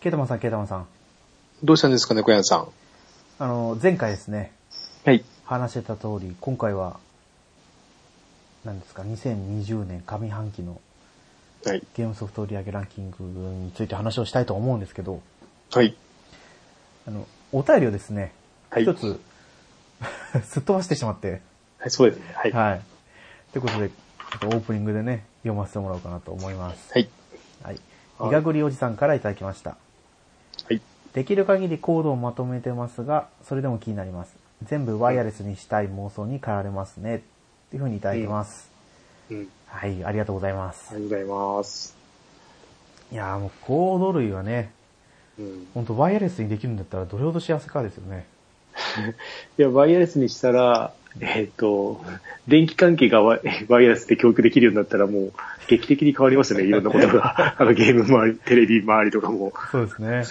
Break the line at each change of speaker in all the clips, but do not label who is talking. ケイタマンさん、ケイタマンさん。
どうしたんですかね、小屋さん。
あの、前回ですね、
はい。
話してた通り、今回は、何ですか、2020年上半期の
はい。
ゲームソフト売上ランキングについて話をしたいと思うんですけど、
はい。
あの、お便りをですね、
はい
一つ、 すっ飛ばしてしまって、
はい、そうですね。はい。は
はい。ということで、ちょっとオープニングでね、読ませてもらおうかなと思います。
い。
はい。イ
はい
ガグリおじさんからいただきました。
はい。
できる限りコードをまとめてますが、それでも気になります。全部ワイヤレスにしたい妄想に駆られますね。っていうふうにいただきます。
うん。
はい、ありがとうございま
あ
す。
りがとうございます。
いやーもうコード類はね、
うん。
ほんとワイヤレスにできるんだったらどれほど幸せかですよね。
いや、ワイヤレスにしたら、えっ、と、電気関係がワイ ワイヤレスで教育できるようになったらもう、劇的に変わり ますよね、いろんなことが。あの、ゲーム周り、テレビ周りとかも。
そうですね。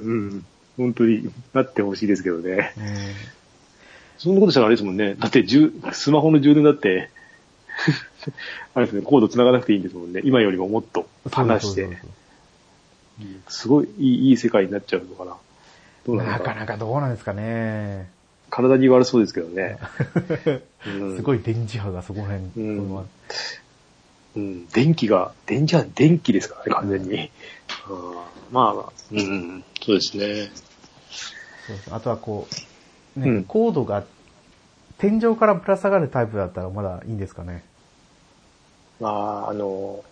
うん。本当になってほしいですけどね。
うん。
そんなことしたらあれですもんね。だって、充スマホの充電だって、 あれですね、コード繋がなくていいんですもんね。今よりももっと離して。
そうそうそう
すごいいいいい世界になっちゃうのかな。どうなの
な
か
かなかどうなんですかね。
体に悪そうですけ どね。うん、
すごい電磁波がそこら辺、
うん
その
うん、電気が、電気は電気ですからね、完全に。うんまあ、うん、そうですね。
そうそうあとはこう、ね、
うん
コードが天井からぶら下がるタイプだったらまだいいんですかね。
まあ、あの、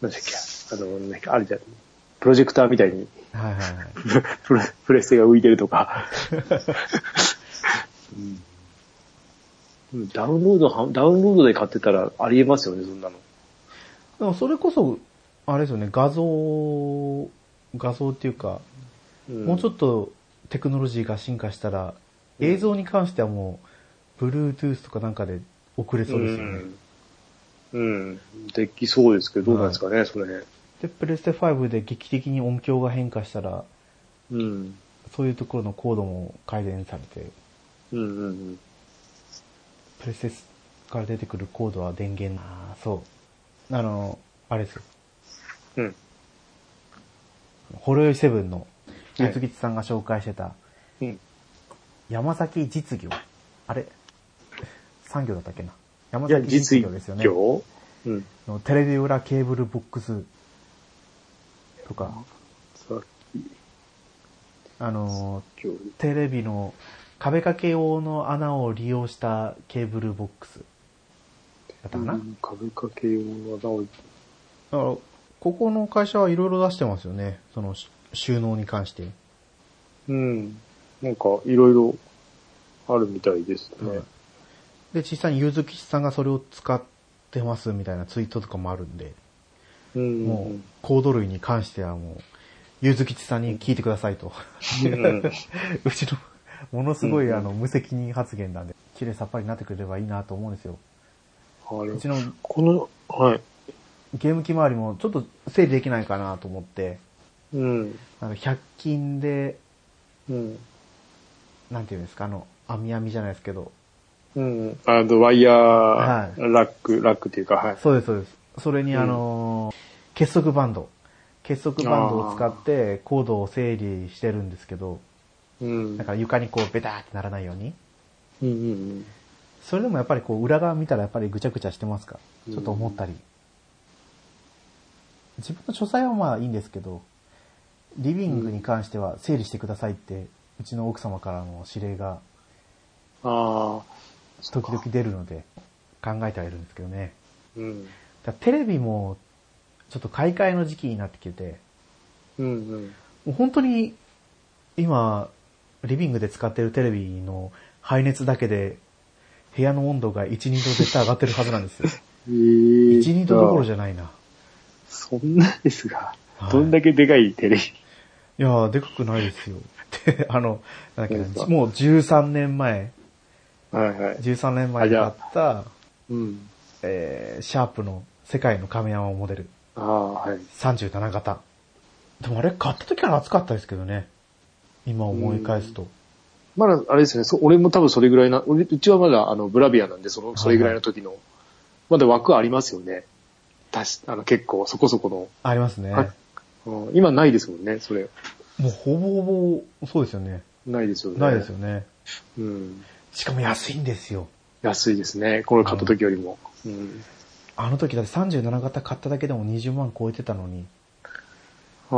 なんだっけ、あの、なんかあるじゃん。プロジェクターみたいに、
はいはいはい。
プレプレステが浮いてると か。うんダウンロードは、ダウンロードで買ってたらありえますよね、そんなの。
でもそれこそ、あれですよね、画像、画像っていうか、もうちょ
っ
っとテクノロジーが進化したら、映像に関してはもう、Bluetooth とかなんかで送れそうですよね。
うん。うん。できそうですけど、どうなんですかね、その辺。
で、プレステ5で劇的に音響が変化したら、
うん。
そういうところのコードも改善されて、
うんうん
プレセスから出てくるコードは電源、あーそう。あの、あれですよ。
うん。うん。
ホロヨイセブンの、
はい
月吉さんが紹介してた、
うん。
山崎実業。あれ産業だったっけな山
いや、
崎
実
実業
業
ですよね。
うん。
のテレビ裏ケーブルボックスとか、
さっ
あの、
きより
テレビの壁掛け用の穴を利用したケーブルボックスだったかな、
うん壁掛け用の技を。
だから、ここの会社はいろいろ出してますよね。その、し収納に関して。
うん。なんか、いろいろあるみたいですね。
で、実際にゆずきちさんがそれを使ってますみたいなツイートとかもあるんで、
うん。
もう、コード類に関してはもう、ゆずきちさんに聞いてください と。
うん。
うちの、ものすご
うん
い
うん
あの、無責任発言なんで、綺麗さっぱりになってくれればいいなと思うんですよ。
あれ
うちの
この、はい。
ゲーム機周りもちょっと整理できないかなと思って、
うん。
あの、100均で、
うん。
なんていうんですか、あの、網網じゃないですけど、
うん。あの、ワイヤ
は
ー、ラック、ラックっていうか、はい。
そうです、そうです。それに、あのー結束バンド。結束バンドを使ってコードを整理してるんですけど、
うん。
なんか床にこうベターってならないように。
うんうん
それでもやっぱりこう裏側見たらやっぱりぐちゃぐちゃしてますか
うん
ちょっと思ったり。自分の書斎はまあいいんですけど、リビングに関しては整理してくださいって、うちの奥様からの指令が
うん。ああ。
時々出るので考えてはいるんですけどね。
うん。
だからテレビもちょっと買い替えの時期になってきてて、
うんうん。
もう本当に今、リビングで使ってるテレビの排熱だけで、部屋の温度が1、2度絶対上がってるはずなんです よ。
えー
1、2度どころじゃないな。
そんなですが、
はい
どんだけでかいテレ
い
ビ。
やー、でかくない ですよ。で、あの、なんだっけ
そうです
な、
か
もう13年前、
はいはい。
13年前に買った、
うん。
えー、シャープの世界の亀山モデル、
ああ、はい。
37型。でもあれ買った時から暑かったですけどね。今思い返すと。
まだ、あれですね、そ俺も多分それぐらいな、俺、うちはまだ、あの、ブラビアなんで、その、それぐらいの時の、まだ枠ありますよね。たし、あの、結構、そこそこの、
ありますね。
かうん今ないですもんね、それ。
もうほぼほぼ、そうですよね。
ないですよね。
ないですよね。
うん。
しかも安いんですよ。
安いですね。これ買った時よりも。うん。
あの時だって37型買っただけでも20万超えてたのに。
あ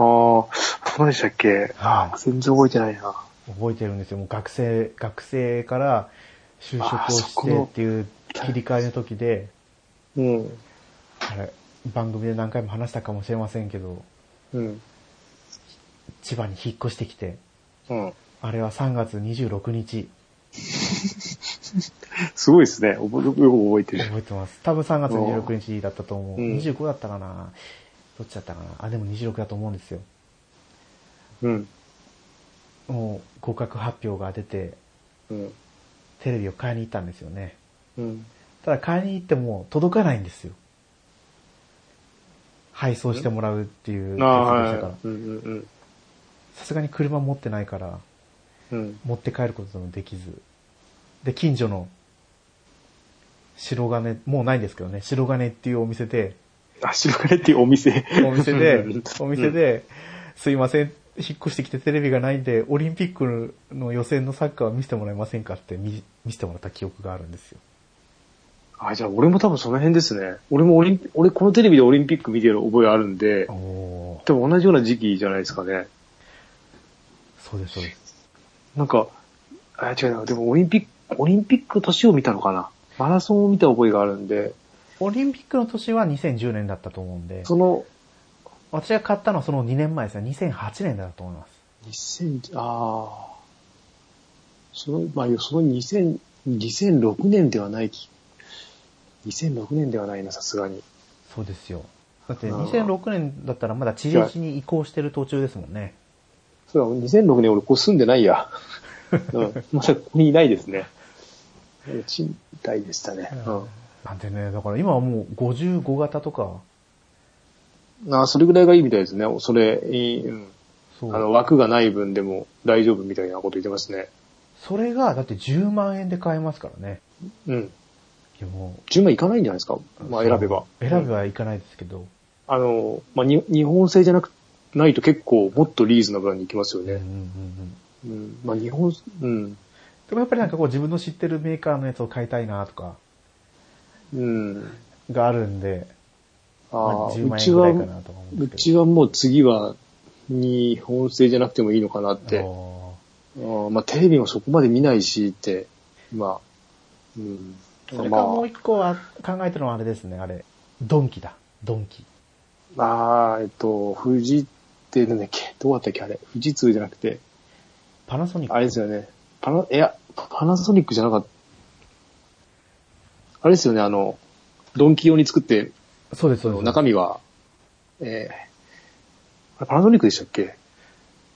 あ、そうでしたっけ
は
全然覚えてないな。
覚えてるんですよ。もう学生、学生から就職をしてっていう切り替えの時で、
うん。
あれ、番組で何回も話したかもしれませんけど、
うん。
千葉に引っ越してきて、
うん。
あれは3月26日、
すごいですね。おぼよく覚えてる。
覚えてます。多分3月26日だったと思う。
うん
25だったかなどっちだったかなあ、でも26だと思うんですよ。
うん。
もう合格発表が出て、
うん。
テレビを買いに行ったんですよね。
うん。
ただ買いに行っても届かないんですよ。配送してもらうっていう
ああ、
約束をしたから
は。い。うんうん
さすがに車持ってないから、
うん。うん。
持って帰ることもできず。で、近所の白金、もうないんですけどね、白金っていうお店 で、
あ、白金っていうお店。、
お店でお店で、すいません、引っ越してきてテレビがないんで、オリンピックの予選のサッカーは見せてもらえませんかって見見せてもらった記憶があるんですよ。
あ、じゃあ俺も多分その辺ですね。俺もオリンピ俺このテレビでオリンピック見てる覚えあるんで、
おー
多分同じような時期じゃないですかね。
そうです、そうです。
なんか、あ、違うな。でもオリンピック、オリンピックの年を見たのかな。マラソンを見た覚えがあるんで、
オリンピックの年は2010年だったと思うんで、
その、
私が買ったのはその2年前ですね、2008年だと思います。
2000、ああ、その、まあ、その2000、2006年ではないき、2006年ではないな、さすがに。
そうですよ。だって
あー
2006年だったらまだ地理地に移行してる途中ですもんね。
そうだ、2006年俺ここ住んでないや。 うん、まだここにいないですね。賃貸でしたね。
なんでね、だから今はもう55型とか、
うん。ああ、それぐらいがいいみたいですね。それ、いいうん。
そ
あの、
う。
枠がない分でも大丈夫みたいなこと言ってますね。
それがだって10万円で買えますからね。
うん。
いやも
10万いかないんじゃないですか
う
まあ選べば。
選べばいかないですけど。
あの、まあに、日本製じゃなく、ないと結構もっとリーズナブルにいきますよ
うんうんうん
ね。
うん。
うん。まあ日本、うん。
でもやっぱりなんかこう自分の知ってるメーカーのやつを買いたいなとか、
うん。
があるんで、ま
あ
あ、
あ、
10
う
万
ち
円ぐ
は、
らいかな
う
とか思うんですけ
ちはもう次は日本製じゃなくてもいいのかなっ
ど。
て。
あ
あーまあ、テレビもそこまで見ないしって、まあ、うん。
ーそれ
ま
かもう一個は考えてるのはあれですね、あれ。ドンキだ。ドンキ。
あ、あーえっと、富士ってなんだっけどうだったっけあれ。富士通じゃなくて、
パナソニック。
あれですよね。パナ、いや、パナソニックじゃなかった。あれですよね、あの、ドンキ用に作って、
そうです、そうです。
中身は、えーあれ、パナソニックでしたっけ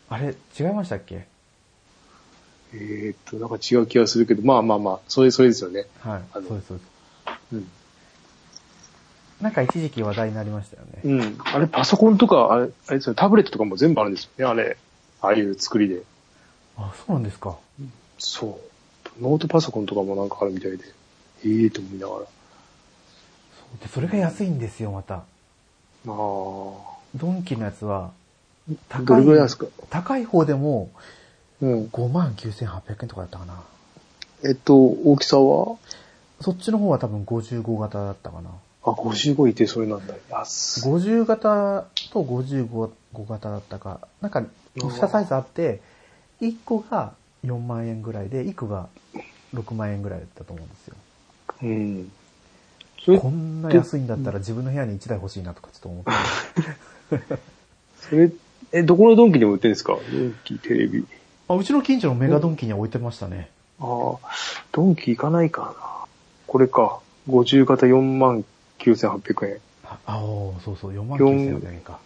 あれ、違いましたっけ
えーっと、なんか違う気がするけど、まあまあまあ、それ、それですよね。
はい。
あ
そう
の
です、そうです。
うん。
なんか一時期話題になりましたよね。
うん。あれ、パソコンとか、あれ、あれですよねタブレットとかも全部あるんですよね、あれ。ああいう作りで。
あ、そうなんですか。
そう。ノートパソコンとかもなんかあるみたいで。ええと思いながら。
そうで、それが安いんですよ、また。
あ
ドンキのやつは、
あ。どれぐらいなんですか
高い方でも
うん。
59,800円とかだったかな。
えっと、大きさは
そっちの方は多分55型だったかな。
あ、55いてそれなんだ。安い。
50型と55型だったか。なんか、2サイズあって、1個が4万円ぐらいで、1個が6万円ぐらいだったと思うんですよ。
うん。それ
こ、んな安いんだったら自分の部屋に1台欲しいなとかちょっと思って。
それ、え、どこのドンキでも売ってるんですかドンキ、テレビ。
あうちの近所のメガドンキには置いてましたね。
ああ、ドンキ行かないかな。これか。50型4万9800円。
ああおーそうそう、4万9800円か。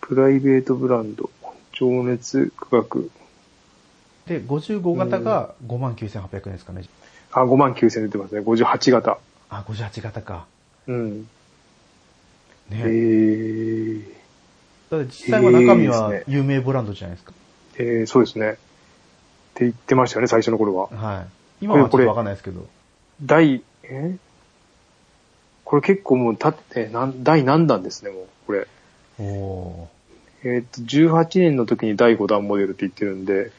プライベートブランド。情熱価格。
で、55型が5万9800円ですかね。
あ、5万9000出てますね。58型。
あ、58型か。
うん。
ね
え。ー、
だって実際は中身
いいで
は
す
有名ブランドじゃないですか。
えー、そうですね。って言ってましたよね、最初の頃は。
はい。今はちょっ
ことれ
わかんないですけど。
第、えこれ結構もう立って、なん第何弾ですね、もう、これ。
おー
えっと、18年の時に第5弾モデルって言ってるんで、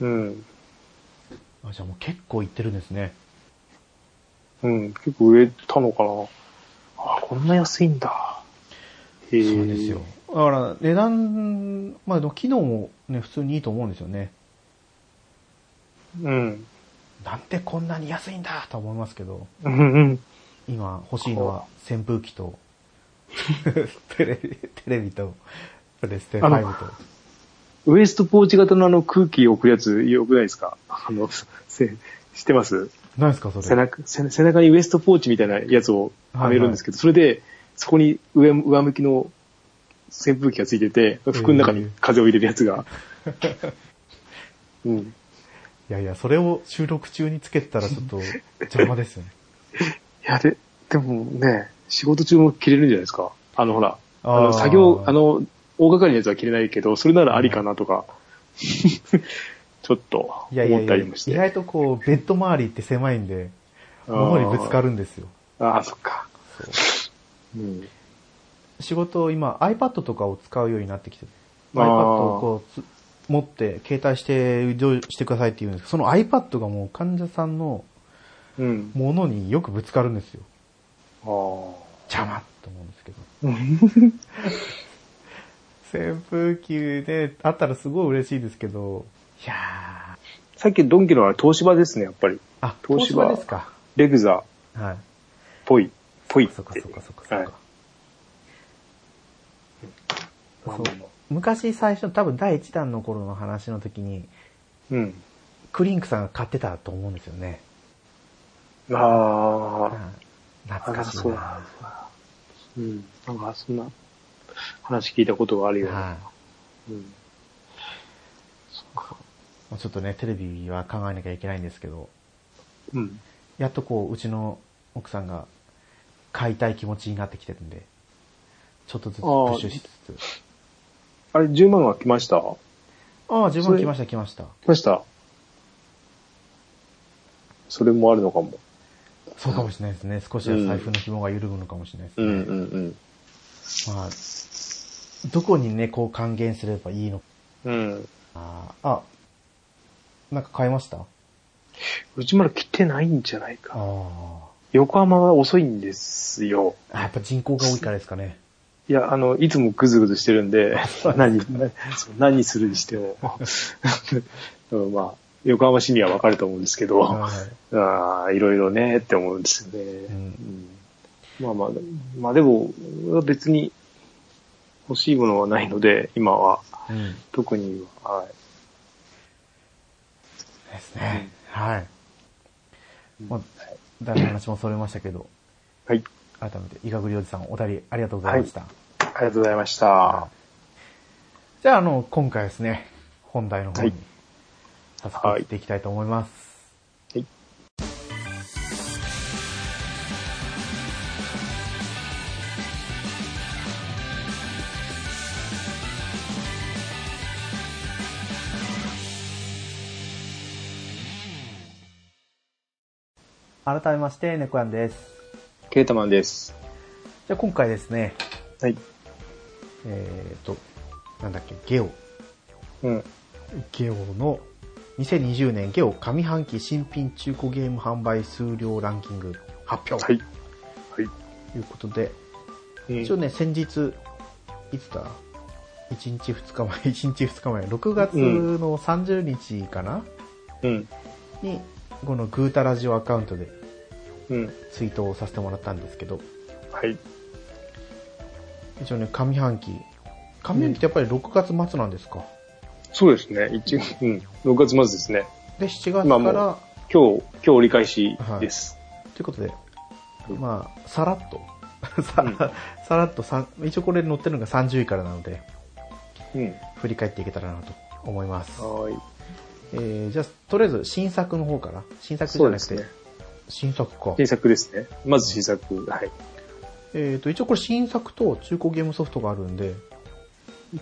うん。
あ、じゃあもう結構いってるんですね。
うん、結構売れたのかな。あ、こんな安いんだ。へえ
そうですよ。。だから値段、まあでも機能もね、普通にいいと思うんですよね。
うん。
なんでこんなに安いんだと思いますけど、
うんうん。
今欲しいのは扇風機 と、テレビ、テレビと、プレステ
あの
5と。
ウエストポーチ型のあの空気置くやつ、よくないですかあの、せ、知ってます
何ですかそ
背
れ。
中、背背中にウエストポーチみたいなやつをはめるんですけど、それで、そこに上、上向きの扇風機がついてて、服の中に風を入れるや つが。うん。
いやいや、それを収録中につけてたらちょっ と邪魔ですよね。
いや、で、でもね、仕事中も着れるんじゃないですか。あの、ほら、あ
あー
の、作業、あの、大掛かりなやつは着れないけど、それならありかなとか、 ちょっと
いやいや
思
い
っ
や、
た
意
りもして。
外とこう、ベッド周りって狭いんで、物にぶつかるんですよ。
あーあー、そっか。うん。
仕事、今 iPad とかを使うようになってきて、
あ
iPad
ー
をこうつ、持って、携帯して、どうしてくださいって言うんですけど、その iPad がもう患者さんの
うん。
ものによくぶつかるんですよ。
ああ。
邪魔と思うんですけど。
うん
扇風機であったらすごい嬉しいですけど、いやー。
さっきドンキのは東芝ですね、やっぱり。
あ、東
東芝
芝ですか。
レグザっ
はい。
ぽい、ぽいって。
そっかそっかそっかそっ
はい
か。
まあ
そ
まあま
う昔最初、多分第1弾の頃の話の時に、
うん。
クリンクさんが買ってたと思うんですよね。
あ
はい
あ、なん
懐
か
かしい
そう
な
だ。。うん。なんかそんな話聞いたことがあるよ、
は
うん。そうか。
い。もうちょっとね、テレビは考えなきゃいけないんですけど、
うん。
やっとこう、うちの奥さんが買いたい気持ちになってきてるんで、ちょっとずつプ
あー
ッシュしつつ。
あれ、10万は来ました来
ああ、自
そ
分
れ
来ました来ました。
ましたそれもあるのかも。
そうかもしれないですね。少しは財布の紐が緩むのかもしれないです
う
ね。
んうん
まあ、どこにね、こう還元すればいいのか
うん。うん。
な。あ、なんか買いましたあ
うちまだ来てないんじゃないか。
あ。
横浜は遅いんですよ。
あやっぱ人口が多いからですかね。
いや、あの、いつもぐずぐずしてるんで、 何、そう何するにして も。うんまあ、横浜市には分かると思うんですけど、あ
はい
あー、いろいろねって思うんですよね。
ん
うんまあまあ、まあでも、別に欲しいものはないので、今は、
うん。
特には、はい。
ですね。はい。
うん
まあ、だいぶ話もそれましたけど、
はい。
改めて、伊賀栗おじさん、お便りありがとうございました。
ありがとうございました。
じゃあ、あの、今回ですね、本題の方に
はい、
早速移っていきたいと思います。
はい。
改めまして、猫やんです。
ケータマンです。
じゃあ今回ですね、
はい。
えっ、と、なんだっけ、ゲオ。
うん。
ゲオの2020年ゲオ上半期新品中古ゲーム販売数量ランキング発表
は
とい
い。はい。
うことで、
うん
一応ね、先日、いつだ ?1 日2日前、1日2日 前、6月の30日かな、
うん。
に、このグータラジオアカウントで
うん。
ツイートをさせてもらったんですけど、
はい。
一応ね、上半期、上半期ってやっぱり6月末なんですか。
そうですね。一うん。6月末ですね。
で、7月
まあも
か
う
ら、
今日、今日折り返しです。
ということで、
うん
まあ、さらっと、 さ
うん
さらっとさん、一応これ載ってるのが30位からなので、
うん。
振り返っていけたらなと思います。
はーい。
えー、じゃあ、とりあえず新作の方から、新作じ
そ
ゃ
う
な
で
く
す
て、
ね。
新作か。
新作ですね。まず新作。はい。
えっ、と、一応これ新作と中古ゲームソフトがあるんで、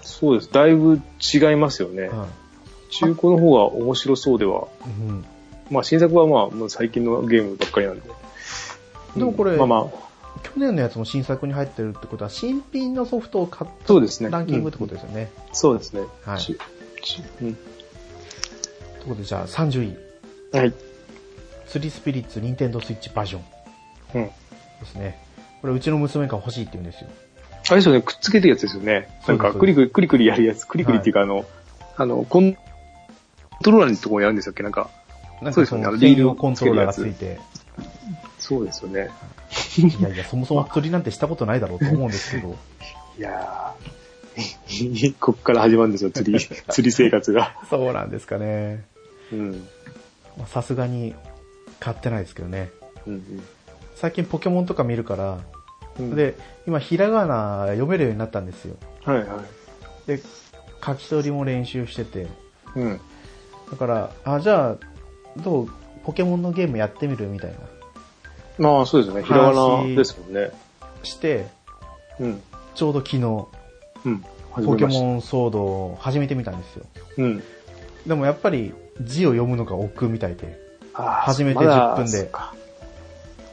そうです。だいぶ違いますよね。
は
中古の方が面白そうでは。
い。うん。
まあ新作はまあ、もう最近のゲームばっかりなんで。
でもこれ
うんまあまあ、
去年のやつも新作に入ってるってことは、新品のソフトを買っ
そうですね。
たランキングって
う
こ
ん
とですよね。
そうですね。
はい
ししうん
ということで、じゃあ30位。
はい。
釣りスピリッツ、ニンテンドースイッチバージョン
うん。
ですね。これ、うちの娘が欲しいって言うんですよ。
あれですよね、くっつけてるやつですよね。な
そうですそ
んか、
うです
クリクリ、クリクリやるやつ、クリクリっていうか、あの、あの、コントローラーのところにあるんですよっけなんか、
なん
そ
か
うです
そ
よね
の、
あの
専
リール
用
を
コントローラーがついて、
そうですよね。
いやいや、そもそも釣りなんてしたことないだろうと思うんですけど、
いやー こっから始まるんですよ、釣り、釣り生活が。
そうなんですかね。
うん。
まあさすがに買ってないですけどね。
うん
最近ポケモンとか見るから、
うん、
で、今ひらがな読めるようになったんですよ。
はいはい。
で、書き取りも練習してて、
うん。
だから、あ、じゃあ、どう、ポケモンのゲームやってみるみたいな。
まあそうですよね。ひらがなですもんね。
して、
うん。
ちょうど昨日、
うん。始
ポ
め
ケ
ました。
モンソードを始めてみたんですよ。
うん。
でもやっぱり字を読むのが億劫みたいで、初
初
めて10分で
あ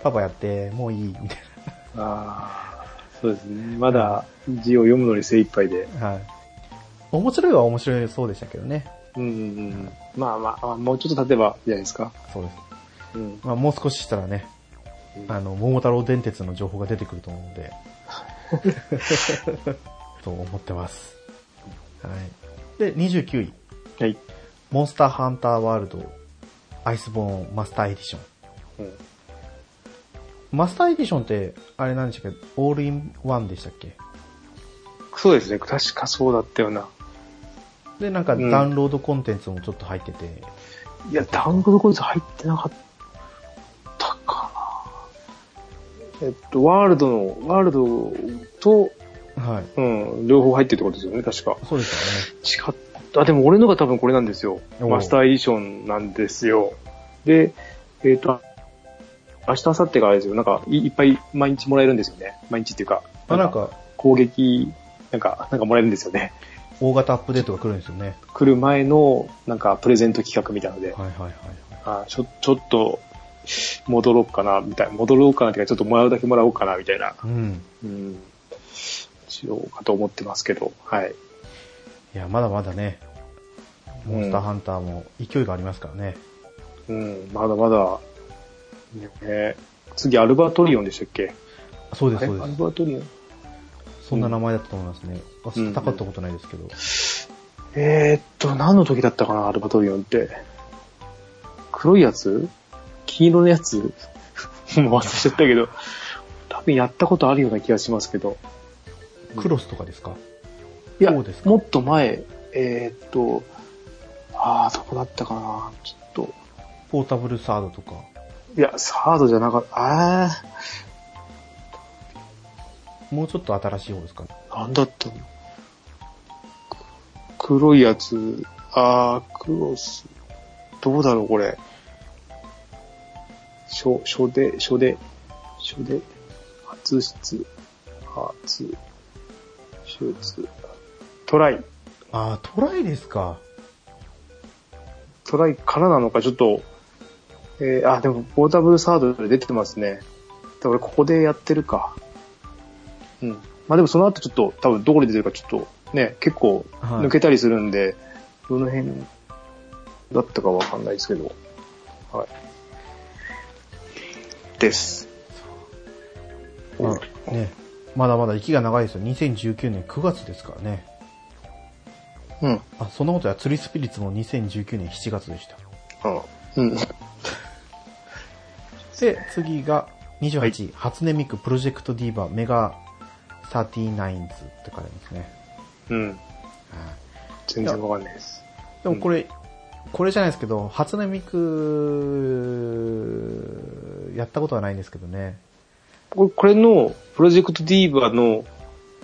パパやって、もういい、みたい
あー、そうですね。まだ字を読むのに精一杯で。
な。はい。面白いは面白いそうでしたけどね。
うんうんうん。まあまあ、もうちょっと経てばじゃないですか。
そうです。
うん。
まあもう少ししたらね、あの、桃太郎電鉄の情報が出てくると思うの で、と思ってます。はい。で、29位。
はい。
モンスターハンターワールドアイスボーンマスターエディション。
うん
マスターエディションって、あれなんでしたっけオールインワンでしたっけ
そうですね。確かそうだったよな。
で、なんか
うん
ダウンロードコンテンツもちょっと入ってて、
いや、ダウンロードコンテンツ入ってなかったかな。えっと、ワールドの、ワールドと、
はい。
うん、両方入ってるってことですよね、確か。
そうですよね。
違った。あ、でも俺のが多分これなんですよ。
おう
マスターエディションなんですよ。で、えっ、と、明日、明後日があれですよ。なんかい、いっぱい毎日もらえるんですよね。毎日っていうか。
あなん、か、
攻撃、なんか、なんかもらえるんですよね。
大型アップデートが来るんですよね。
来る前の、なんか、プレゼント企画みたいので、
はいはいはい。
あちょ、ちょっと、戻ろうかな、みたいな。戻ろうかなっていうか、ちょっともらうだけもらおうかな、みたいな。
うん。
うん。しようかと思ってますけど、はい。
いや、まだまだね、モンスターハンターも勢いがありますからね。
うん、まだまだ、ね、次、アルバトリオンでしたっけ
そうで
あ
す
れ
そうで
アル
す。
バトリオン
そんな名前だったと思いますね。私、戦ったことないですけど。
えー、っと、何の時だったかな、アルバトリオンって。黒いやつ黄色のやつ もう忘れちゃったけど、多分やったことあるような気がしますけど。
クロスとかですか
いや、
そうですか
もっと前、えー、っと、ああ、どこだったかな、ちょっと。
ポータブルサードとか。
いや、サードじゃなかった、ああ、
もうちょっと新しい方ですかね。
なんだったの黒いやつ、あー、クロス。どうだろう、これ。書、書で、書で、書で、初出、初、出、トライ。
ああ、トライですか。
トライからなのか、ちょっと、えー、あ、でも、ポータブルサードで出てますね。だから、ここでやってるか。うん。まあでも、その後ちょっと、多分、どこで出てるか、ちょっと、ね、結構、
はい
抜けたりするんで、どの辺だったかわかんないですけど。はい。です。
まあね、まだまだ息が長いですよ。2019年9月ですからね。
うん。
あ、そんなことや、釣りスピリッツも2019年7月でした。
うん。
で、次が28位、初音ミクプロジェクトディーバーメガ39ズって書いてますね。
うん。
はい
全然わかんないです。
でもこれ、これじゃないですけど、初音ミク、やったことはないんですけどね。
これこれの、プロジェクトディーバーの、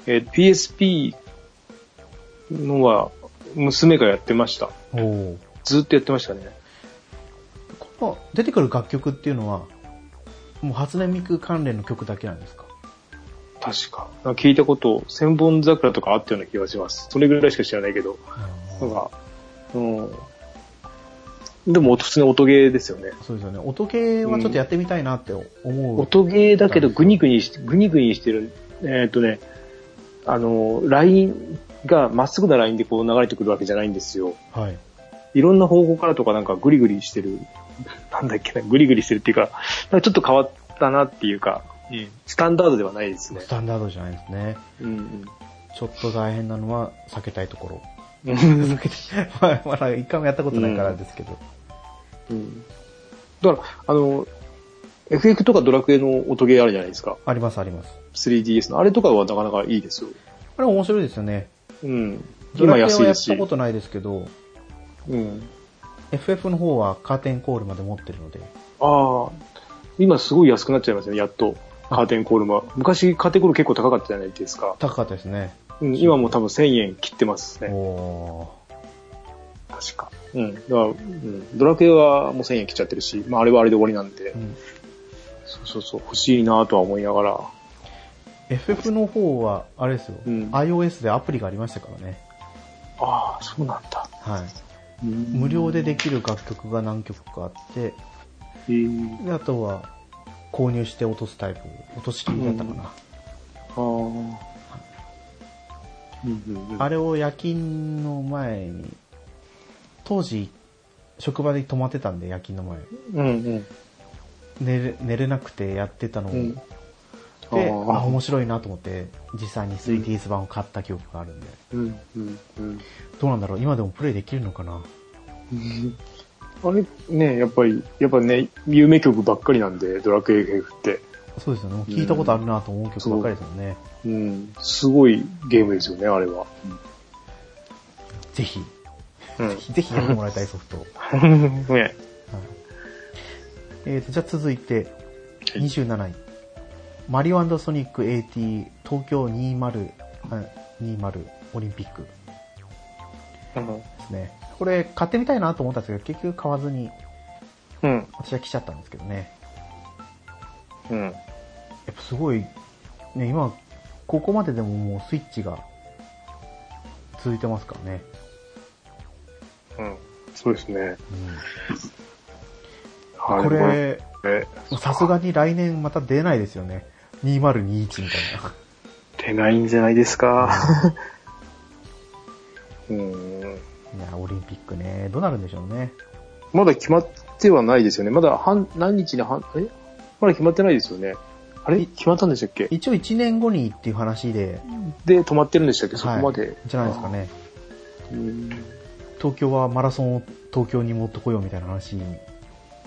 えー PSP のは、娘がやってました。
おお。
ずっとやってましたね。
この出てくる楽曲っていうのは、もう初音ミク関連の曲だけなんですか
確か。なんか聞いたこと、千本桜とかあったような気がします。それぐらいしか知らないけど。なんか、うん。でも、普通に音ゲーですよね。
そうですよね。音ゲーはちょっとやってみたいなって思う。
音ゲーだけど、グニグニして、グニグニしてる、えーっとね、あの、ラインが、まっすぐなラインでこう流れてくるわけじゃないんですよ。
はい。
いろんな方向からとかなんかグリグリしてる、なんだっけな、グリグリしてるっていうか、なんかちょっと変わったなっていうか、スタンダードではないですね
ス。タンダードじゃないですね。
うん
ちょっと大変なのは避けたいところ。
うん
まあまだ一回もやったことないからですけど。
うんだから、あの、FF とかドラクエの音ゲーあるじゃないですか。
ありますあります。
3DS の。あれとかはなかなかいいですよ。
あれ面白いですよね。
うん。
ドラ
今
クエは
安い
や
で
っ
す
た
し
こ。とないですけど、
うん。
FF の方はカーテンコールまで持ってるので。
ああ、今すごい安くなっちゃいますね、やっと。カーテンコールも。昔カーテンコール結構高かったじゃないですか。
高かったですね。
うん、今もう多分1000円切ってますね。
おー。
確か。うん。だから、うん、ドラクエはもう1000円切っちゃってるし、まああれはあれで終わりなんで、
うん
そうそうそう、欲しいなとは思いながら。
FF の方は、あれですよ、
うん
iOS でアプリがありましたからね。
ああ、そうなんだ。
はい。無
無
料でできる楽曲が何曲かあって、
え
であとは、購入して落とすタイプ、落とし金だったかな。
ああ。うんうんうん、
あれを夜勤の前に、当時、職場で泊まってたんで、夜勤の前。
うんうん。
寝れ寝れなくてやってたのを、
うん
で、
あー
あ、面白いなと思って、実際に 3DS 版を買った記憶があるんで。
うんうんうん。
どうなんだろう今でもプレイできるのかな
あれね、やっぱり、やっぱね、有名曲ばっかりなんで、ドラクエ FF って。
そうですよね。もう聞いたことあるなと思う曲ばっかりですもんね。
うん、すごいゲームですよね、あれは。
ぜひ、
うん。
ぜひやってもらいたいソフトを。はい、
ね。
えーと、じゃあ続いて、
はい
27位。マリオソニック AT 東京20、あ20オリンピックで
うん
すね。これ買ってみたいなと思ったんですけど、結局買わずに
うん。
私は来ちゃったんですけどね。
うん。
やっぱすごい、ね、今、ここまででももうスイッチが続いてますからね。
うん。そうですね。
うん
はい
これ、
え、
さすがに来年また出ないですよね。2021みたいな。
出ないんじゃないで すか。うん。
い や、オリンピックね、どうなるんでしょうね。
まだ決まってはないですよね。まだ半、何日に半、えまだ決まってないですよね。あれ決まったんでしたっけ
一応1年後にっていう話で、
で、止まってるんでしたっけそこま
は
で
い。、じゃないですかね。
うん。
東京はマラソンを東京に持ってこようみたいな話に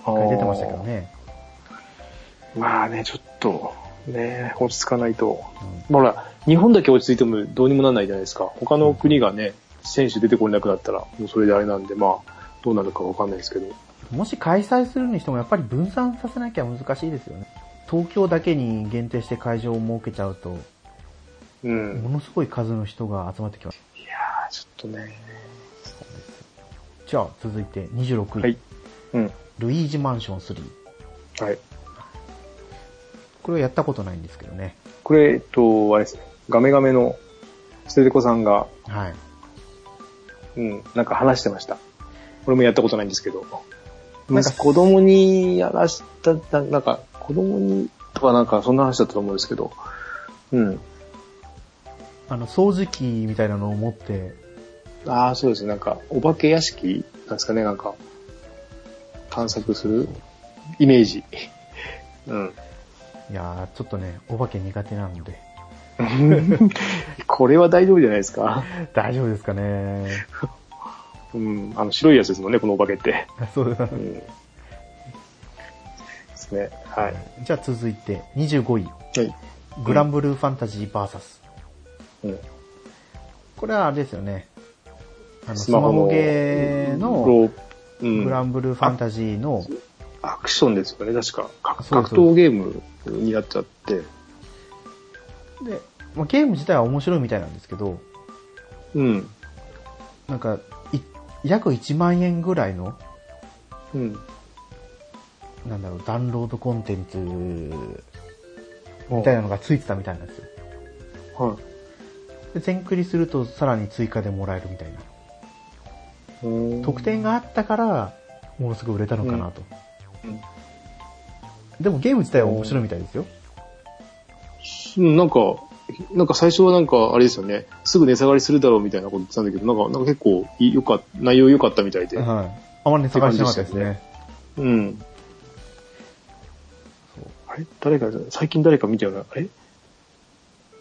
あー
出てましたけど。ね。
まあね、ちょっと、ね、落ち着かないと。
うん
まあほら、日本だけ落ち着いてもどうにもならないじゃないですか。他の国がね、選手出てこれなくなったら、もうそれであれなんで、まあ、どうなるかわかんないですけど。
もし開催するにしてもやっぱり分散させなきゃ難しいですよね。東京だけに限定して会場を設けちゃうと、
うん。
ものすごい数の人が集まってきます。
いやー、ちょっとね。
じゃあ続いて26位、
はい。うん。
ルイージマンション3。
はい。
これはやったことないんですけどね。
これ、えっと、あれですね。ガメガメのステテコさんが、
はい。
うん、なんか話してました。俺もやったことないんですけど。
な
なんん
か
か子供にやらした、ななんか子供にとかなんかそんな話だったと思うんですけど。うん。
あの、掃除機みたいなのを持って、
ああ、そうですね。なんかお化け屋敷なんですかね。なんか探索するイメージ。 うん。
いやー、ちょっとね、お化け苦手なの で。
これは大丈夫じゃないですか。
大丈夫ですかね。
うん。あの白いやつですもんね、このお化けって。
そうだな
うん。ですね。はい。
じゃあ続いて、25位。
はい。
グランブルーファンタジー VS。
うん
これはあれですよね。あの、ス
ス
マ
マホの
ホゲーの
ロー、うん
グランブルーファンタジーの、
アクションですよね、確か。か
そう
格闘ゲームになっちゃって。
で、まあ、ゲーム自体は面白いみたいなんですけど、
うん。
なんか、い約1万円ぐらいの、
うん。
なんだろう、ダウンロードコンテンツみたいなのがついてたみたいなんですよ。
は
で、全クリするとさらに追加でもらえるみたいな。
い。
特典があったから、ものすごい売れたのかなと。
うん
でもゲーム自体は面白いみたいですよ。
うん、なんか、なんか最初はなんかあれですよね、すぐ値下がりするだろうみたいなこと言ってたんだけど、なんかなんか結構いよかっ内容良かったみたいで。
はい。あまり値下がりしなかったですね。
うん。あれ誰か、最近誰か見たような、あれ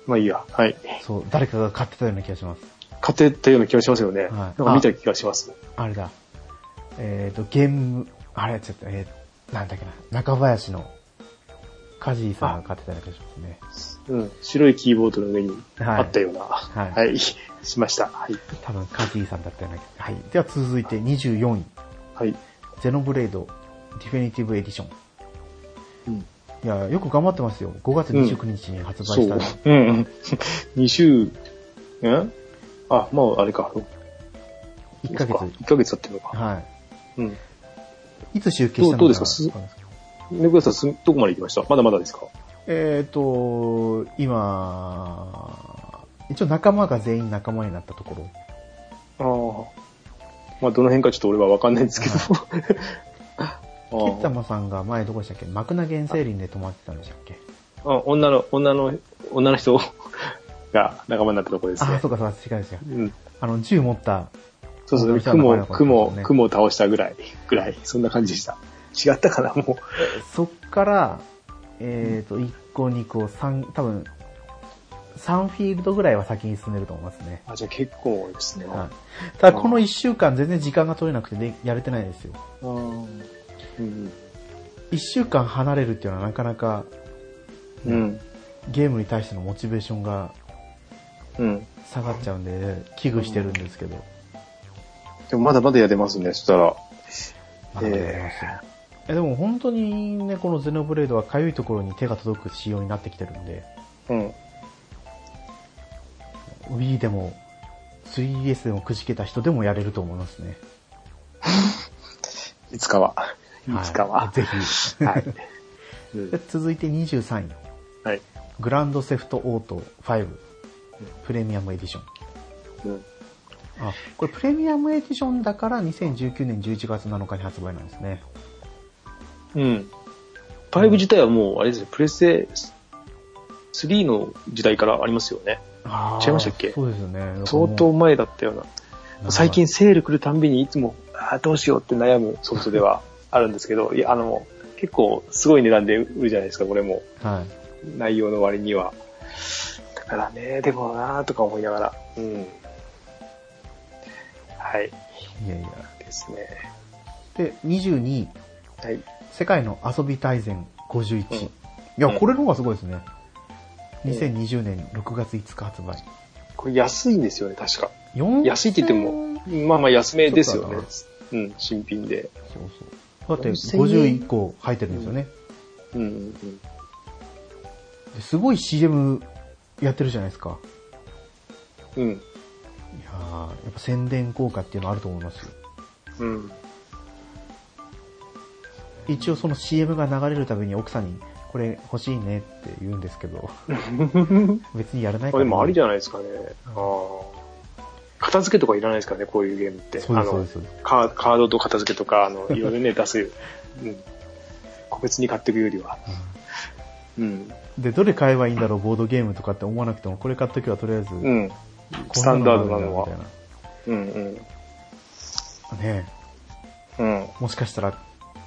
まあいいや、はい。
そう、誰かが買ってたような気がします。
買ってたような気がしますよね。
は
ないんか見た気がします。
あれだ。えっ、と、ゲーム、あれ、ちょっと、えー、なんだっけな、中林の、カジーさんが買ってたような気がしますね。
うん。白いキーボードの上に
はい
あったような。
は
はいい。しました。はい。
多分カジーさんだったような気がはい。では続いて24位。
はい。
ゼノブレイド、ディフィニティブエディション。
うん、
いや、よく頑張ってますよ。5月29日に発売
そ
した
う
の、。
うん。2週、んあ、まああれか。
1ヶ月。
1ヶ月経ってるのか。
は
うん。
い。いつ集計したのか
どうどうですかす
わんないですけど
ネクラさんす、どこまで行きましたまだまだですか
えっ、と、今、一応仲間が全員仲間になったところ。
ああ。まあ、どの辺かちょっと俺はわかんないんですけど。
キッタ
あ
マさんが前どこでしたっけ幕名原生林で泊まってたんでしたっけ
ああ女の、女の、女の人が仲間になったところです
あ、
ね
そ。うか、そうか、違う違う。
うん。
あの、銃持った、
そうそ
女
う、
の人
雲
は
を、
仲間になったところで
雲を、
すね
雲を倒したぐらい、ぐらい、そんな感じでした。違ったかな、も
そっから、えっ、と、1個、2個、3、多分、3フィールドぐらいは先に進んでると思いますね。
う。あ、じゃあ結構多いですね。
は
あ
い、ただ、この1週間全然時間が取れなくてね、やれてないですよ。
あうん。
1週間離れるっていうのはなかなか
うん。
ゲームに対してのモチベーションが
うん。
下がっちゃうんで、危惧してるんですけど。
でもまだまだやれますね、そしたら。
まだまだやりますよえでも本当にね、このゼノブレードは痒いところに手が届く仕様になってきてるんで、
うん。
Wii でも 3DS でもくじけた人でもやれると思いますね。
いつかは。い
はい
つかは。
ぜひ。
はい。 うん
で続いて23位。
はい。
グランドセフトオート5プレミアムエディション。
うん
あ、これプレミアムエディションだから2019年11月7日に発売なんですね。
うん。5自体はもう、あれですね、プレステ3の時代からありますよね。
あ
ー違いましたっけ
そうですよね。
相当前だったような。最近
そ
セール来るたんびにいつも、あーどうしようって悩むソフト ではあるんですけど、いや、あの、結構すごい値段で売るじゃないですか、これも。
う。はい。
内容の割には。だからね、でもなーとか思いながら。うん。はい。
いやいや。
ですね。
で、22位。
はい。
世界の遊び大全51。
うん
いや、
うん
これの方がすごいですね。2020年6月5日発売。
これ安いんですよね、確か。
4
安いって言っても。まあまあ安めですよね
ちょっと。
うん、新品で。
そうそう。だって
4000円
50以降入ってるんですよね。
うんうんうん。
ですごい CM やってるじゃないですか。
う
い
ん。
やーやっぱ宣伝効果っていうのあると思いますよ。
うん。
一応その CM が流れるたびに奥さんに、これ欲しいねって言うんですけ ど、別にやらない
あ
から、
でもありじゃないですかね。あー片付けとかいらないですからね、こういうゲームって。
そうです、そ
あ
う
の
ですそうです。
カーカードと片付けとか、あの、いろいろね、出す。うん。個別に買っていくよりは。うん。
で、どれ買えばいいんだろう、ボードゲームとかって思わなくても、これ買っときはとりあえず、こ
うんん。スタ
な
ン
のがあ
ダ
る
ー
ん
ド
だ
なのは
み。たい
うんうん。
な。ね
うん
え。もしかしたら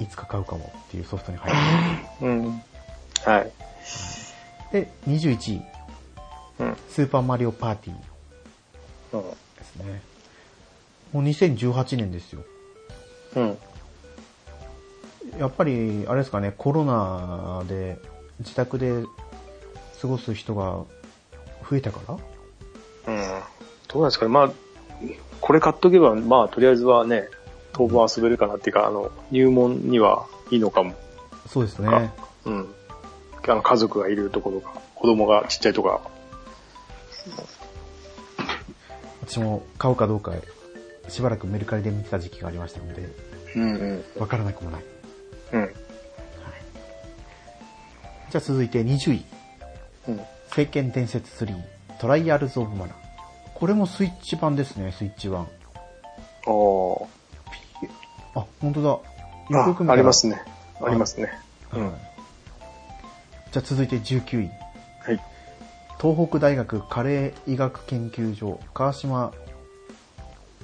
いつか買うかもっていうソフトに入っ
うん。はい。
てる。で、21位、
うん。
スーパーマリオパーティー
うん。
ですね。もう2018年ですよ。
うん。
やっぱり、あれですかね、コロナで自宅で過ごす人が増えたから
うん。どうなんですかね。まあ、これ買っとけば、まあ、とりあえずはね、当分遊べるかなっていうか、あの、入門にはいいのかも。
そうです
か
ね。
うん。あの家族がいるところか、子供がちっちゃいとか。
私も買うかどうか、しばらくメルカリで見てた時期がありましたので、
うんうん。
わからなくもない。
うん。
じゃあ続いて20位。
うん。
聖剣伝説3、トライアルズ・オブ・マナー。これもスイッチ版ですね、スイッチ版。
お
あ、本当だ。よく見たら
ありますね。
あ
ありますね。う
は
ん
いじゃあ続いて19位。
はい。
東北大学加齢医学研究所、川島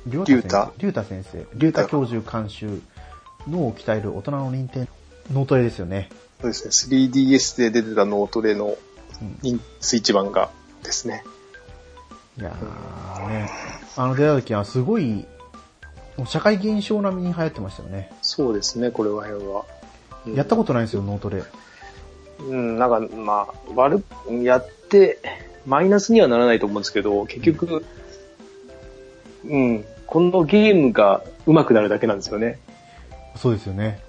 龍
龍太
龍太先生、龍太教授監修、脳を鍛える大人の認定、脳トレですよね。
そうですね。3DS で出てた脳トレの
うん
インスイッチ版がですね。
いやーね、あの出た時はすごい、もう社会現象並みに流行ってましたよね。
そうですね、これは辺は。うん
やったことないんですよ、脳トレ。
うん、なんか、まあ、悪く、やって、マイナスにはならないと思うんですけど、結局、うん、このゲームが上手くなるだけなんですよね。
そうですよね。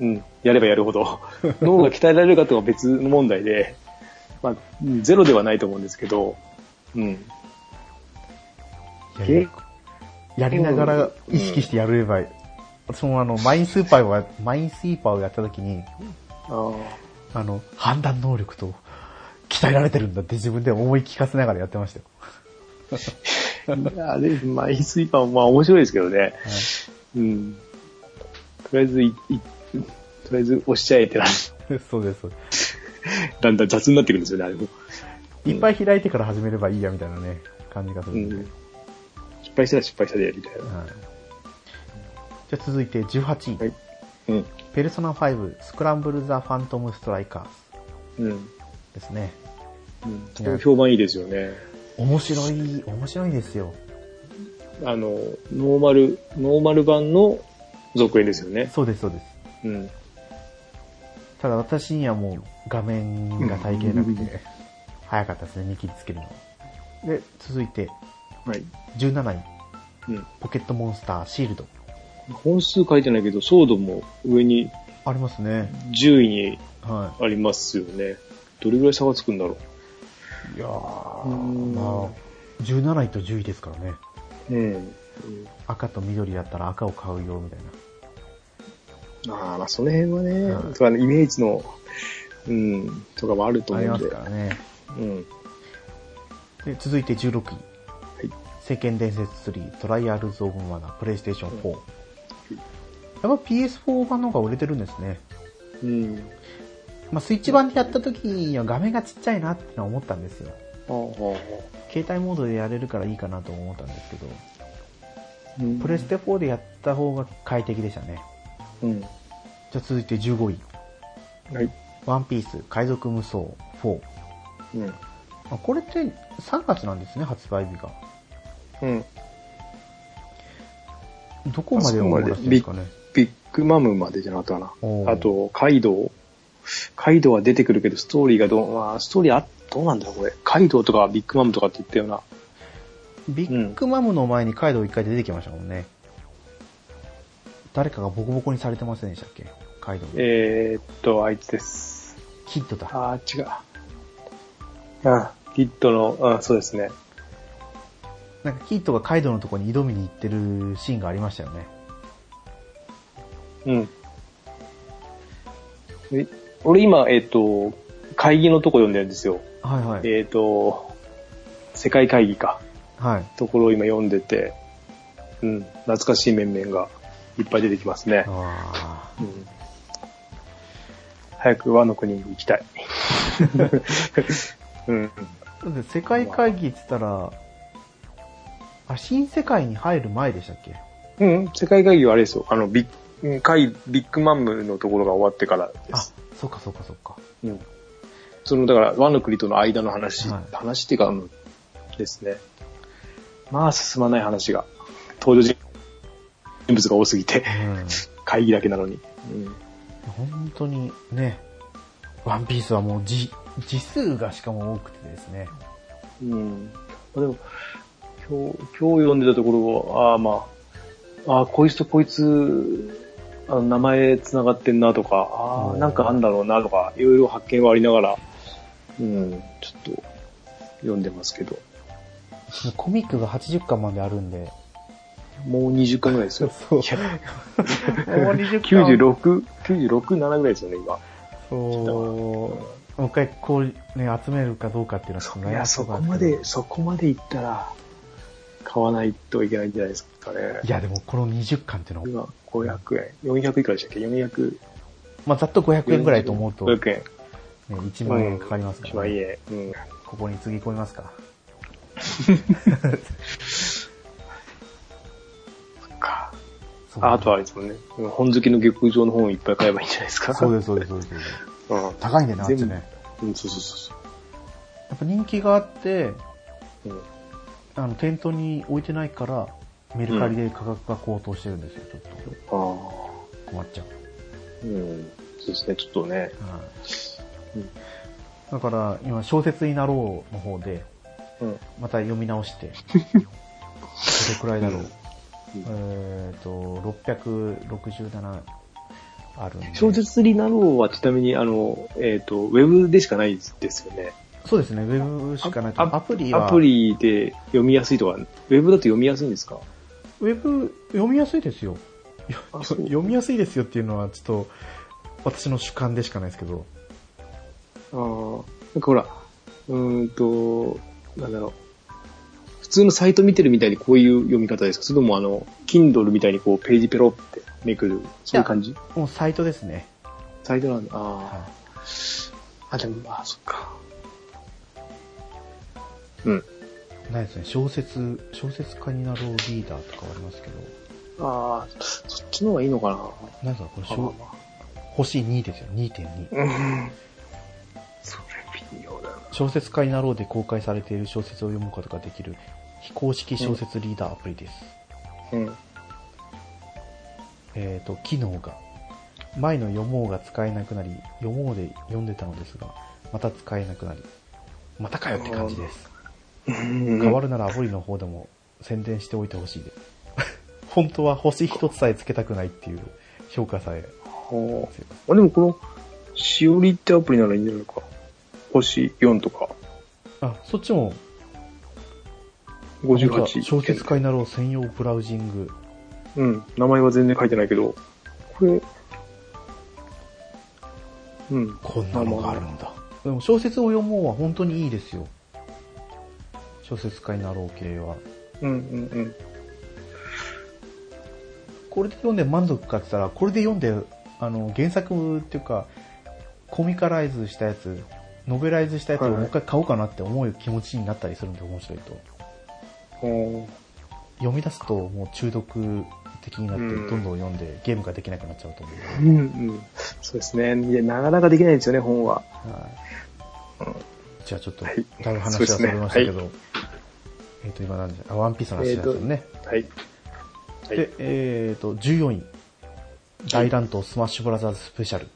うん、やればやるほ ど。脳が鍛えられるかとは別の問題で、まあ、うんゼロではないと思うんですけど、うん、
いやいや
ゲ
やりながら意識してやれば、そのあの、マインスーパーは、マインスイーパーをやった時に、
あー
あの、判断能力と、鍛えられてるんだって自分で思い聞かせながらやってましたよ。
あれ、マインスイーパーもまあ面白いですけどね。うん。とりあえずい、いとりあえず押しちゃえってな、
そうです、そうで
だんだん雑になってくるんですよね、あれも。
す。いっぱい開いてから始めればいいや、みたいなね、感じがす
う
るん
ん
で。。
失敗したら失敗したで、みたいな。
はいじゃあ続いて18位。
はいうん。
ペルソナ5、スクランブル・ザ・ファントム・ストライカ
うん。
ーですね。
うん、とても評判いいですよね。
面白い、面白いですよ。
あの、ノーマル、ノーマル版の続編ですよね。
そうです、そうです。
うん。
ただ私にはもう画面が体型なくて、早かったですね、見切りつけるの。で、続いて
はい。
17位、
うん。
ポケットモンスター・シールド。
本数書いてないけど、ソードも上に
ありますね。
10位に
は
ありますよね。どれぐらい差がつくんだろ
い。いやー
うーん
まあ、17位と10位ですからね。
う。うん。うん
赤と緑だったら赤を買うよ、みたいな。
ああ、まあその辺はね、
うん
とかねイメージの、うん、とかもあると
あり
思う
ま
ん
す
で。
からね。
うん。
で、続いて16位。
い
聖剣伝説3、トライアルズ・オブ・マナー、プレイステーション4。やっぱ PS4 版の方が売れてるんですね。
うん。
まあ、スイッチ版でやった時には画面がちっちゃいなってのは思ったんですよ。
ああ、
携帯モードでやれるからいいかなと思ったんですけど、
うん
プレス。テ4でやった方が快適でしたね。
うん。は
じゃあ続いて15位。
い。
ワンピース、海賊無双4。
うん。
あこれって3月なんですね、発売日が。
うん。
どこまでを出してるんですかね。
ビッグマムまでじゃなかったか
おー
な。あと、カイドウ。カイドウは出てくるけど、ストーリーがどう、まあ、ストーリーあ、どうなんだろう、これ。カイドウとかビッグマムとかって言ったような。
ビッグマムの前にカイドウ1回出てきましたもんね。誰かがボコボコにされてませんでしたっけカイドウ。
えー、っと、あいつです。
キッドだ。
ああ、違う。あキッドの、うん、そうですね。
なんかキッドがカイドウのとこに挑みに行ってるシーンがありましたよね。
うん。え俺今、えっ、と、会議のとこ読んでるんですよ。
はいはい。
えっ、と、世界会議か。
はい。
ところを今読んでて、うん、懐かしい面々がいっぱい出てきますね。
あ
うん、早く和の国に行きたい。うん、
ーだって世界会議って言ったら、あ、新世界に入る前でしたっけ
うん、世界会議はあれですよ。あの、ビッうん会ビッグマムのところが終わってからで
あ
す。、
そうかそうかそうか。
うん。その、だから、和の国との間の話、
はい
話っていうか、うんですね。まあ、進まない話が。登場人物が多すぎて、
う
会議だけなのに。
ん。本当にね、ワンピースはもう字、字数がしかも多くてですね。
うん。うん。まあでも、今日、今日読んでたところは、ああまあ、ああ、こいつとこいつ、あの名前繋がってんなとか、あ
お
あ、
ー
なんかあんだろうなとか、いろいろ発見はありながら、うん、ちょっと、読んでますけど。
もうコミックが80巻まであるんで。
もう20巻ぐらいですよ。
そう。もう20巻。
96、96、7ぐらいですよね、今。
そう。もう一回こうね、集めるかどうかっていうのはちょっと
い
悩
や、
みそ
そう
な
こ
んで
ま
すけど
で、そこまで行ったら、買わないといけないんじゃないですかね。
いや、でもこの20巻っていうのは、
今、500円。400いくらでしたっけ ?400
まあ、ざっと500円ぐらいと思うと、ね、
500円。
1万円かかりますか
1
ら、
万
ね、
円。うん。
ここにつぎ込みますか。
か。
そう
ああとはあれですもんね。本好きの劇場の本をいっぱい買えばいいんじゃないですか。
そう
で
です、そうです、そうです。そうです
す。うん。
高いんでな、あっち
全部
ね。
うん、そうそうそうそ
やっぱ人気があって、
う。うん
あの、店頭に置いてないから、メルカリで価格が高騰してるんですよ、ちょっ
ああ。
と。困っちゃう。
うん。そうですね、ちょっとね。
はい
うん
だから、今、小説になろうの方で、
うん。
また読み直 して、どれくらいだろう。
うん
えっと、667あるんで。
小説になろうはちなみに、あの、えっ、と、ウェブでしかないですよね。
そうですね、ウェブしかないと。
あ
アプリは、
アプリで読みやすいとか、ウェブだと読みやすいんですか
ウェブ読みやすいですよ。よ
あそう
読みやすいですよっていうのは、ちょっと、私の主観でしかないですけど。
ああ、なんかほら、うーんと、なんだろう。普通のサイト見てるみたいにこういう読み方ですかそれともあの、Kindle みたいにこうページペロってめくる、そういう感じ
もうサイトですね。
サイトなんだ。あー、
は
あ、でもまあ、そっか。うん。
い。ないですね。小説、小説家になろうリーダーとかはありますけど。
ああ、そっちの方がいいのかな。
なんかこれ、
あまあ
小
まあ
星2ですよ。2.2。
うんそれ微妙だな。
小説家になろうで公開されている小説を読むことができる非公式小説リーダーアプリです。
うん。
えっ、と、機能が。前の読もうが使えなくなり、読もうで読んでたのですが、また使えなくなり、またかよって感じです。変わるならアプリの方でも宣伝しておいてほしいです。 本当は星一つさえつけたくないっていう評価さえ
ほ
ついてます。
うあ、でもこの、しおりってアプリならいいんじゃないか。星4とか、
あ、そっちも、本当だ
58。
小説家になろう専用ブラウジング。
うん。名前は全然書いてないけど、これ、うん。
こんなのがあるんだ。でも小説を読もうは本当にいいですよ。小説家になろう系は。
うんうん
これで読んで満足かって言ったら、これで読んで、あの、原作っていうか、コミカライズしたやつ、ノベライズしたやつを
はいはい
もう一回買おうかなって思う気持ちになったりするんで面白いと。
うん。
読み出すともう中毒的になって、
う
ど
ん
んどん読んでゲームができなくなっちゃうと思う。
うんうん。そうですね。いや、なかなかできないですよね、本は。
はい
うん
じゃあちょっと、だ
はい
いぶ
そうで
話は
す
そ
ね
れましたけど、えっ、と、今なんで、あ、ワンピースの話ですよね。
はい。はい
で、えっ、と、14位。大乱闘スマッシュブラザーズスペシャル。い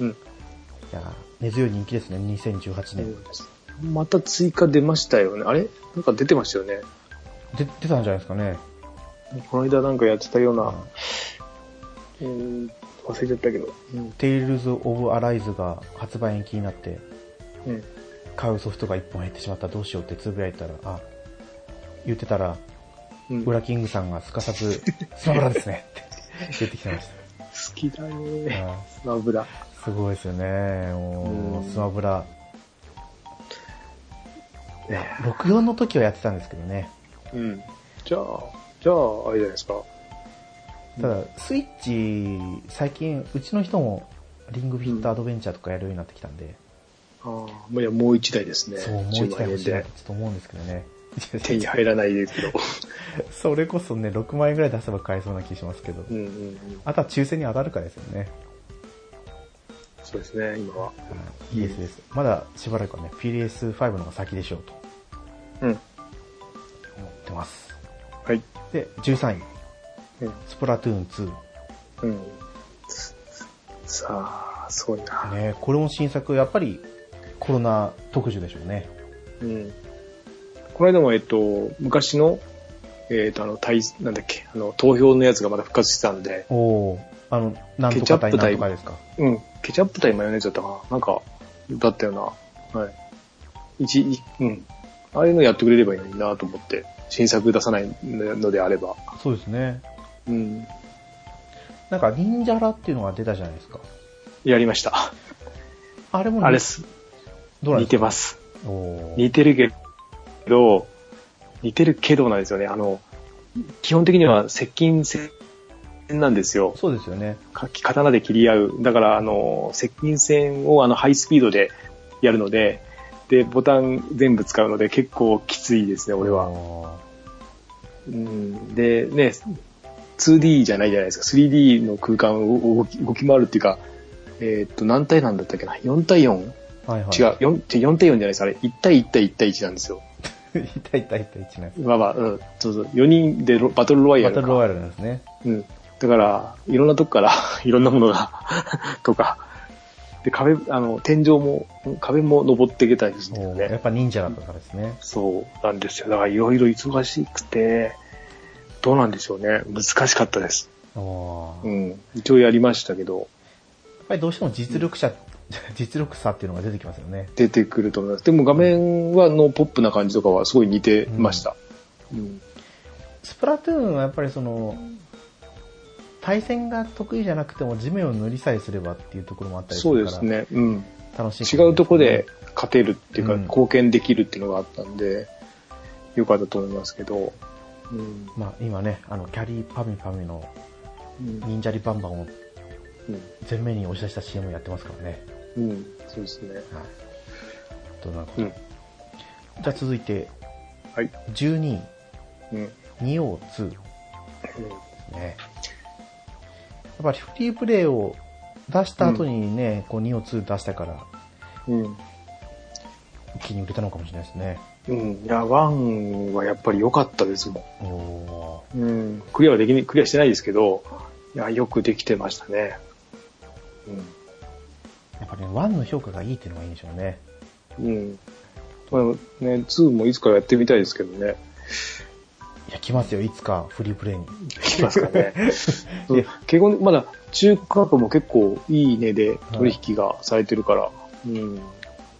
うん。
やー根強い人気ですね、2018年。
また追加出ましたよね。あれなんか出てましたよね。
で、出たんじゃないですかね。
この間なんかやってたような、うん、忘れちゃったけど。うん。
Tales of Arise が発売延期になって、
うん。
買うソフトが1本減ってしまった、どうしようってつぶやいたら、あ、言ってたら、
うん、
ウ
好
ラキングさんがすかさず、スマブラですねって言ってきてまし
きだ
た。
ね。
あ
スマブラ。
ーすごいですよね。も
うん
う、スマブラ。いや、64の時はやってたんですけどね。
うん。じゃあ、じゃあ、あれじゃないですか。
ただ、スイッチ、最近、うちの人も、リングフィットアドベンチャーとかやるようになってきたんで、
ああ、もういや、もう一台ですね。
そう、もう一台
10万
欲
円
しいな
で
と。ちょっと思うんですけどね。
手に入らないですけど。
それこそね、6万円ぐらい出せば 買えそうな気しますけど
う。んうんうん。
あとは抽選に当たるかですよね。
そうですね、今は。
イエスです。まだしばらくはね、PS5 の方が先でしょうと
うん。
思ってます。
はい。
で、13位、
うん。
スプラトゥーン2。
うん。さあ、すごいな。
ね、これも新作、やっぱりコロナ特需でしょうね。
うん。この間も、えっと、昔の、えっと、あの、対、なんだっけ、あの、投票のやつがまだ復活してたんで、
おーあの、なんとか対なんとかですか。
うん、ケチャップ対マヨネーズだったかな。なんか、だったよな。はい。一、いうん。ああいうのやってくれればいいのになと思って、新作出さないのであれば。
そうですね。
うん。
なんか、忍者ラっていうのが出たじゃないですか。
やりました。
あれもね
あれっす。
どうなんで
似
す
て
か
ます。
おー
似てるけど、似てるけどなんですよね。あの、基本的には接近戦なんですよ。
そうですよね。
か刀で切り合う。だから、あの、接近戦をあの、ハイスピードでやるので、で、ボタン全部使うので結構きついですね、俺は。
は。
うん、で、ね、2D じゃないじゃないですか。3D の空間を動き動き回るっていうか、えーっと、何対何だったっけな ?4 対 4? 違う、
はいはい。う。
4, ちょ4対4じゃないです。あれ、1対1対1対1なんですよ。
いたいたいたいたね。
まあまあ、うん、そうそう、4人でロバトルロワイヤ
バ
ル
ト
か。
ルロワイヤルなんですね。
うん。だから、いろんなとこから、 いろんなものが、とか、で、壁、あの、天井も、壁も登っていけたりする
お
ん
ー
だよ
やっ
ね。
ぱ忍者だったからですね。
そうなんですよ。だから、いろいろ忙しくて、どうなんでしょうね。難しかったです。
おー
う
や
ん。一応やりましたけど、
っぱりどうしても実力者、実力差っていうのが出てきますよね。
出てくると思います。でも画面は、のポップな感じとかはすごい似てました。うん。
スプラトゥーンはやっぱりその、対戦が得意じゃなくても地面を塗りさえすればっていうところもあったりす
そう
る
で
から、
すね。うん。
楽しい、
違うとこで、勝てるっていうか、
うん
貢献できるっていうのがあったんで、よかったと思いますけど、うん。
まあ今ね、あの、キャリーパミパミの
うん。
忍者リバンバンを
うん
前面に押し出した CM やってますからね。
うん。そうですね。
はい。どうなるこ
う
と、
ん。
じゃあ続いて、
はい。
12位、
うん。
2王2。ね。やっぱりフリープレイを出した後にね、こう2を2出したから、
うん。
一気に売れたのかもしれないですね。
うん。いや、ワンはやっぱり良かったですも
おお
ん。うん。クリアはできに、クリアしてないですけど、いや、よくできてましたね。うん。
ー。やっぱね、1の評価がいいっていうのがいいんでしょうね。
うん。まあね、2もいつかやってみたいですけどね。
いや、来ますよ、いつかフリープレイに。
できますかね。 そう結構、まだ中古価格も結構いい値で取引がされてるから、うん。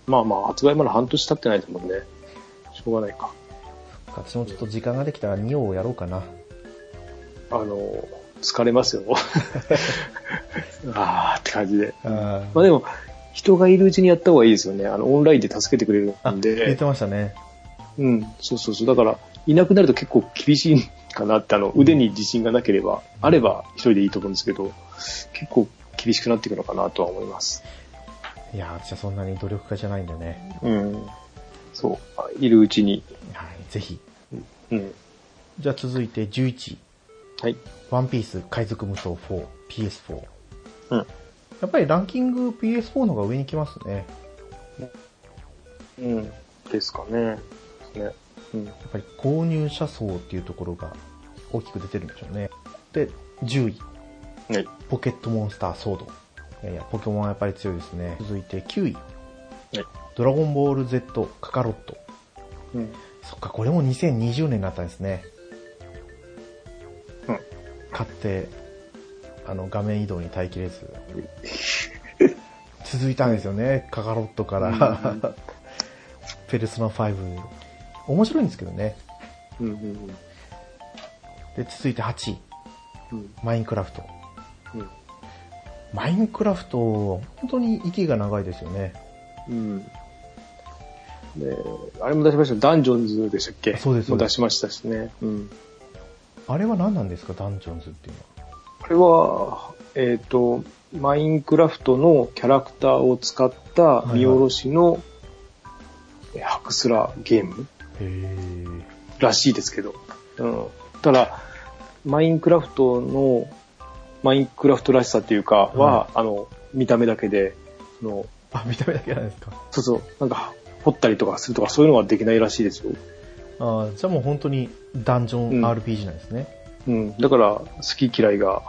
まあまあ、発売まだ半年経ってないですもんね。しょうがないか。
私もちょっと時間ができたら2をやろうかな。
あの、疲れますよ。 あーって感じで。
あ
まあでも、人がいるうちにやった方がいいですよね。あの、オンラインで助けてくれるん
言っ
で
て。ましたね。
うん、そうそうそう。だから、いなくなると結構厳しいかなって、あの、腕に自信がなければ、あれば一人でいいと思うんですけど、結構厳しくなっていくのかなとは思います。
いや、私はそんなに努力家じゃないんでね。
うん。そう、いるうちに。
はい、ぜひ。
うん。
じゃあ続いて11位。
はい。
ワンピース海賊無双4、PS4。
うん。
やっぱりランキング PS4 の方が上に来ますね。
うん。ですかね。ね。うん。
やっぱり購入者層っていうところが大きく出てるんでしょうね。で、10位、
はい。
ポケットモンスターソード。いやいや、ポケモンはやっぱり強いですね。続いて9位、ドラゴンボール Z カカロット。
うん。
そっか、これも2020年になったんですね。
うん
買って、あの、画面移動に耐えきれず。続いたんですよね、カカロットか
う
ら。ペルソナ5。面白いんですけどね。
うん。うん。
で、続いて8位、
うん。
マインクラフト。
うん。
マインクラフト、本当に息が長いですよね。
うん。で、あれも出しましたよ。ダンジョンズでしたっけ
そうですそう
も
です
出しましたしね。うん。
あれは何なんですか、ダンジョンズっていうのは。
これは、えっ、と、マインクラフトのキャラクターを使った見下ろしの、えハクスラゲーム
へ
らしいですけど。うん。ただ、マインクラフトの、マインクラフトらしさっていうかは、あの、見た目だけで、その、
あ、見た目だけなんですか。
そうそう、なんか、掘ったりとかするとかそういうのはできないらしいですよ。
あーじゃあもう本当にダンジョン
うん
RPG なんですね。
うん、だから好き嫌いが、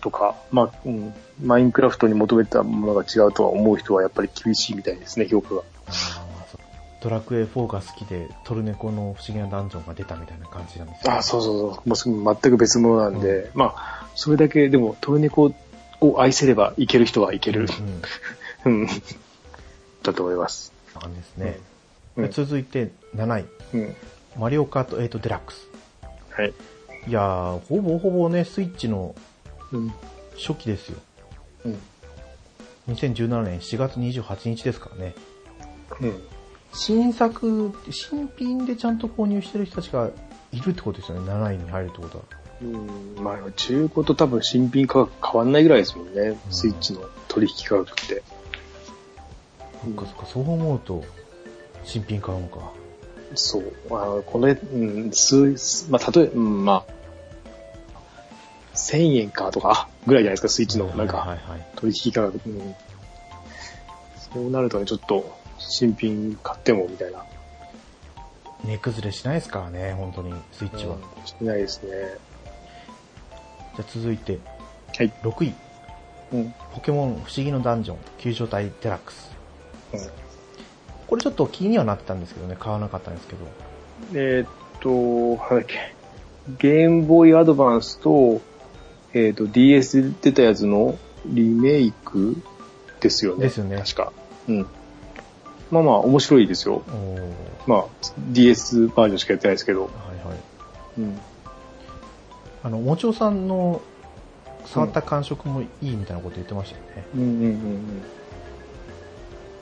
とか、まあ、うん、マインクラフトに求めたものが違うとは思う人はやっぱり厳しいみたいですね、評価が。
あーそうドラクエ4が好きで、トルネコの不思議なダンジョンが出たみたいな感じなんですよ
あそうそうそう、もうすぐ全く別物なんで、まあ、それだけでもトルネコを愛せればいける人はいける、
うん。
うん、だと思います。
なんですね。
うん
で続いて7位、
うん、
マリオカート8デラックス。
はい。
いやー、ほぼほぼね、スイッチの
うん、
初期ですよ。
うん、
2017年4月28日ですからね。
うん。
新作、新品でちゃんと購入してる人たちがいるってことですよね。7位に入るってことは。
うん、まあ、中古と多分新品価格変わんないぐらいですもんね、スイッチの取引価格って。
そっかそっか、そう思うと、新品買うのか。
そう。あのこれ、うん、数、すまあ、例え、うん、まあ、1000円かとか、ぐらいじゃないですか、スイッチの、な
は
んか、
いはいはい。
取引価格。うん、そうなるとね、ちょっと、新品買っても、みたいな、
値崩れしないですからね、本当に、スイッチは。
うん
じ
してないですね。
ゃあ続いて、
はい。
6位。
うん。うん
ポケモン不思議のダンジョン、救助隊デラックス。これちょっと気にはなってたんですけどね、買わなかったんですけど。
えーっと、なんだっけ、ゲームボーイアドバンスと、えーっと、DS で出たやつのリメイクですよね。
ですよね
確か。うん。まあまあ、面白いですよ。
おー
まあ、DS バージョンしかやってないですけど。
はいはい。
うん。
あの、もちおさんの触った感触もいいみたいなこと言ってましたよね。
うんうんうんうん。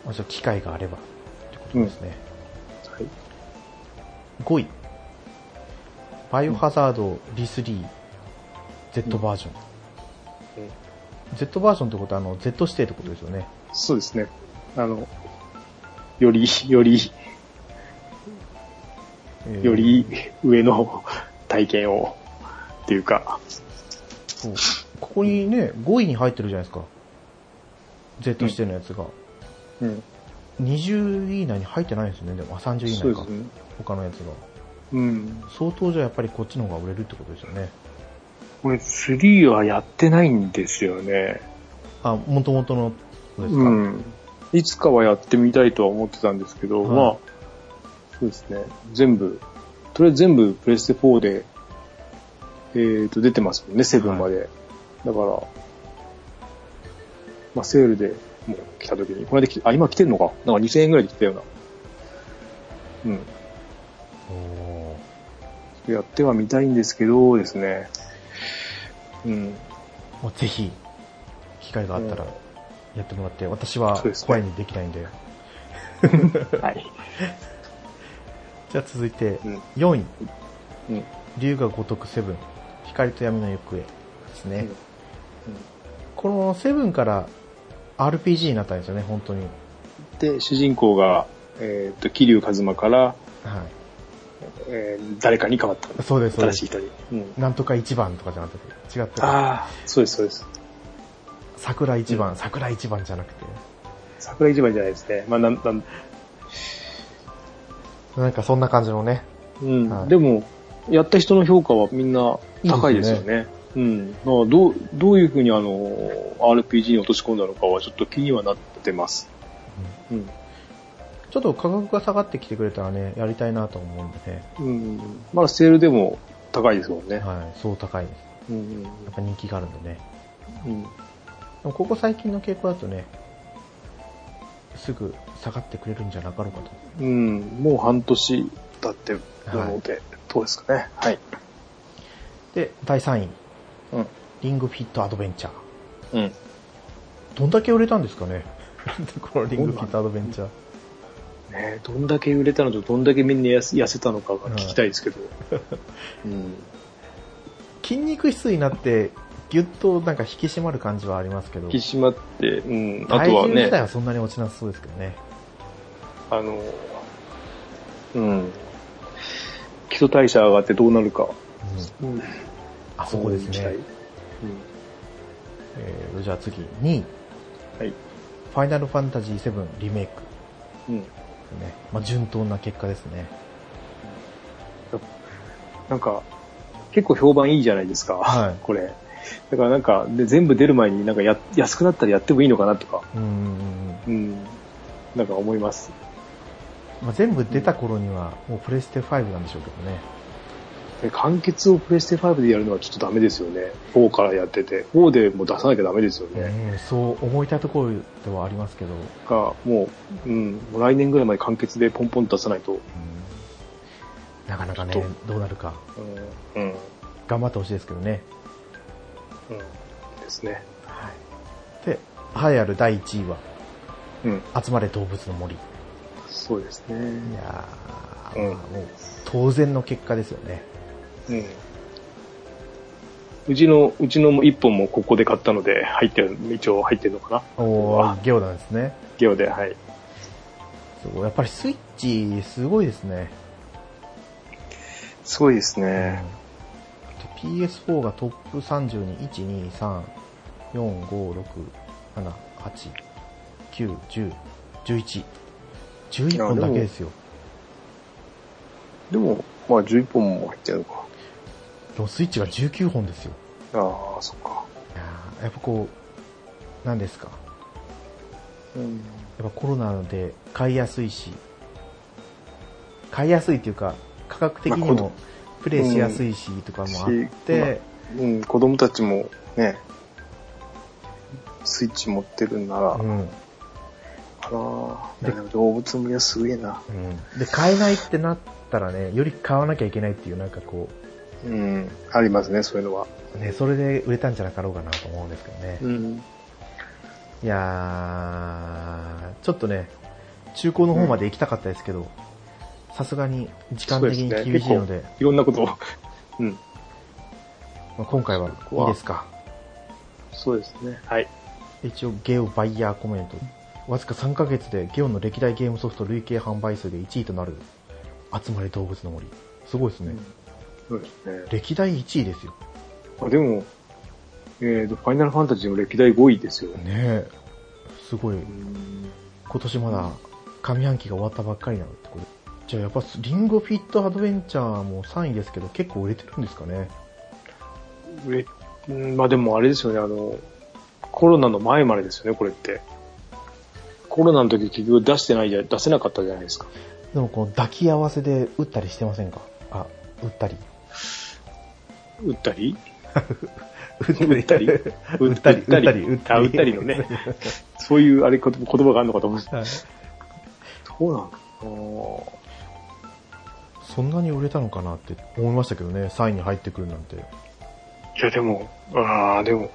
まあ、ちょっと機会があればってことですね。
はい。
5位。バイオハザード B3Z バージョン。
うん
Z バージョンってことはあの Z 指定ってことですよね。
そうですね。あの、より、より、
えー
より上の体験を、っていうか、
そうここにね、5位に入ってるじゃないですか。Z 指定のやつが。
うん。
20位以内に入ってないんですよね。でもあ30位以
そう
内
で
か
す。ね。
他のやつが。
うん。
相当じゃやっぱりこっちの方が売れるってことですよね。
これ3はやってないんですよね。
あ、元々のですか。
うん。いつかはやってみたいとは思ってたんですけど、
はい
まあ、そうですね。全部、とりあえず全部プレステ4で、えっ、と、出てますもんね、7まで。だから、まあ、セールでもう来た時に、この間来、あ、今来てんのか。なんか2000円ぐらいで来たような。うん。
おー
やってはみたいんですけど、ですね。うん。
もうぜひ、機会があったら
うん
やってもらって、私は
そうですね
声にできないんで。
はい。
じゃあ続いて
うん、
4位、
うん。
龍が如くセブン、光と闇の行方ですね。
うん
このセブンから RPG になったんですよね、本当に。
で、主人公が、えっ、と、桐生一馬から、
は
えー誰かに変わったんで
い。
す。
そうです、そう
新
で
し
す。
い人に。うん、
なんとか一番とかじゃなくて、違った。
ああ、そうです、そうです。
桜一番、桜一番じゃなくて。
桜一番じゃないですね。まあ、なん、なん、
なんかそんな感じのね。
うん。
はい
でも、やった人の評価はみんな高いですよね。うん。まあ、どう、どういうふうにあの、RPG に落とし込んだのかはちょっと気にはなってます。うん。
ちょっと価格が下がってきてくれたらね、やりたいなと思うんでね。
うん。まだセールでも高いですもんね。
はい、そう高いです。
うん。
やっぱ人気があるんでね。
うん。
でもここ最近の傾向だとね、すぐ下がってくれるんじゃなかろうかと。
うん。もう半年経ってるので、どうですかね。はい。
で、第3位、
うん。
リングフィットアドベンチャー。
うん。
どんだけ売れたんですかねこのリングフィットアドベンチャー。
ね、どんだけ売れたのとどんだけみんな痩せ痩せたのかが聞きたいで すけど。うん。
筋肉質になって、ぎゅっとなんか引き締まる感じはありますけど
引き、締まって、うん。あ
体
とは
重自体
ね、
はそんなに落ちなさそうですけどね。
あの、うん。基礎代謝上がってどうなるか。
うん、
うん。
あそこです
期
ね
待。
えー、じゃあ次、2位、
うん。はい。
ファイナルファンタジー7リメイク。
うん。
ね、まあ順当な結果ですね。
なんか、結構評判いいじゃないですか。
はい
これ。だからなんか、で全部出る前になんかや安くなったらやってもいいのかなとか。
うんうんうんうん。
うん。なんか思います。
まあ、全部出た頃には、もうプレステ5なんでしょうけどね。
で完結をプレステ5でやるのはちょっとダメですよね。4からやってて。4でもう出さなきゃダメですよね。
うん、そう思いたいところではありますけど、
が、もう、うん、もう来年ぐらいまで完結でポンポンと出さないと。
なかなかね
ちょっ、
どうなるか、
うん。うん。うん。
頑張ってほしいですけどね。
ですね。
はい。で、栄えある第1位は、
うん。
集まれ動物の森。
そうですね。
いやー、
うん
まあもう当然の結果ですよね。
うん。うちの、うちのも一本もここで買ったので、入ってる、一応入ってるのかな
お
わ
ー、ゲオなんですね。
ゲオで、はい。
すごいやっぱりスイッチすごいですね。
すごいです
うん。で PS4 がトップ30に1、2、3、4、5、6、7、8、9、10、11。11本だけですよ。
でも、まあ11本も入っちゃうのか。
でもスイッチが19本ですよ。
ああ、そっか。
いやーやっぱこう、なんですか。
うん。
やっぱコロナで買いやすいし、買いやすいっていうか、価格的に
まあこ
もプレイしやすいしとかもあって、
うん、子供たちもね、スイッチ持ってるんなら、
う
あ
ん。
ら、いや動物もりはすげえな。
うん。で、買えないってなったらね、より買わなきゃいけないっていう、なんかこ
うん、ありますね、そういうのは。
う、ね、それで売れたんじゃなかろうかなと思うんですけどね。
うん。
いやー、ちょっとね、中古の方まで行きたかったですけど、さすがに時間的に
そうですね
厳しいので、
いろんなことを。 うん。
まあ、今回は
こ
いい
は
ですか。
そうですね。はい。
一応ゲオバイヤーコメント。わずか3ヶ月でゲオの歴代ゲームソフト累計販売数で1位となる、集まり動物の森。すごいですね。
そうですね。
歴代1位ですよ。
あでも、えっ、と、ファイナルファンタジーも歴代5位ですよ。
ねえ。すごい。今年まだ上半期が終わったばっかりなのってこと。じゃあやっぱリンゴフィットアドベンチャーも3位ですけど結構売れてるんですかね。
えうんまあでもあれですよね、あの、コロナの前までですよね、これって。コロナの時結局出してないじゃ、出せなかったじゃないですか。
でもこの抱き合わせで打ったりしてませんかあ、打ったり。
打ったり
打った
打 ったり
打ったり、打ったり、
打ったり。打ったりのね。 そういうあれ言葉言葉があるのかと思って。
はい
そうなの
そんなに売れたのかなって思いましたけどね、3位に入ってくるなんて。
いやでも、ああ、でも、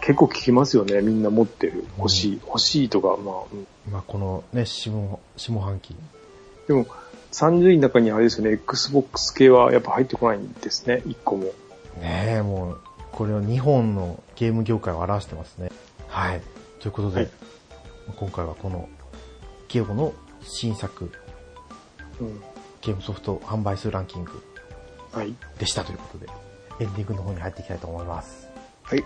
結構聞きますよね、みんな持ってる。欲しい、欲しいとか、まあ、うん
まあ、このね、下、下半期。
でも、30位の中にあれですよね、Xbox 系はやっぱ入ってこないんですね、1個も。
ねえ、もう、これは日本のゲーム業界を表してますね。はい。ということで、
はい
今回はこの、ゲオの新作、
うん。
ゲームソフト販売数ランキング
はい。
でしたということで、エンディングの方に入っていきたいと思います。
はい。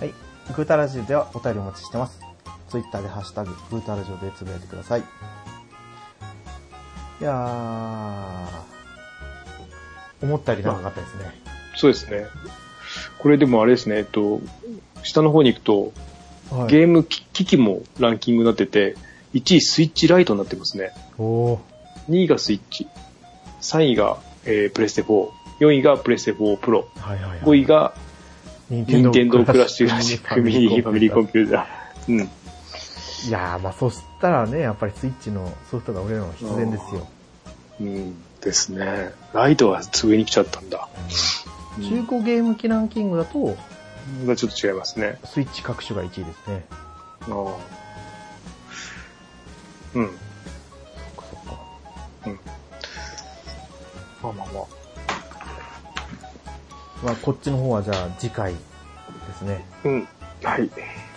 はい。グータラジオではお便りお待ちしてます。ツイッターでハッシュタグ、グータラジオでつぶやいてください。いやー、思ったより長かったですね。
そうですね。これでもあれですね、えっと、下の方に行くと、
はい
ゲーム機機器もランキングになってて、1位スイッチライトになってますね。
おー、
2位がスイッチ、3位が、えープレステ4、4位がプレステ4プロ、
はいはい、はい。
5位が
任
任天堂クラシックミニファミリーコンピューター。うん。
いやー、まあそしたらね、やっぱりスイッチのソフトが売れるのは必然ですよ。
うんですね。ライトは上に来ちゃったんだ。うん
中古ゲーム機ランキングだと、
まあちょっと違いますね。
スイッチ各種が1位ですね。
ああ。うん。うん。
そっかそっか。
まあまあまあ。
まあこっちの方はじゃあ次回ですね。
うん。はい。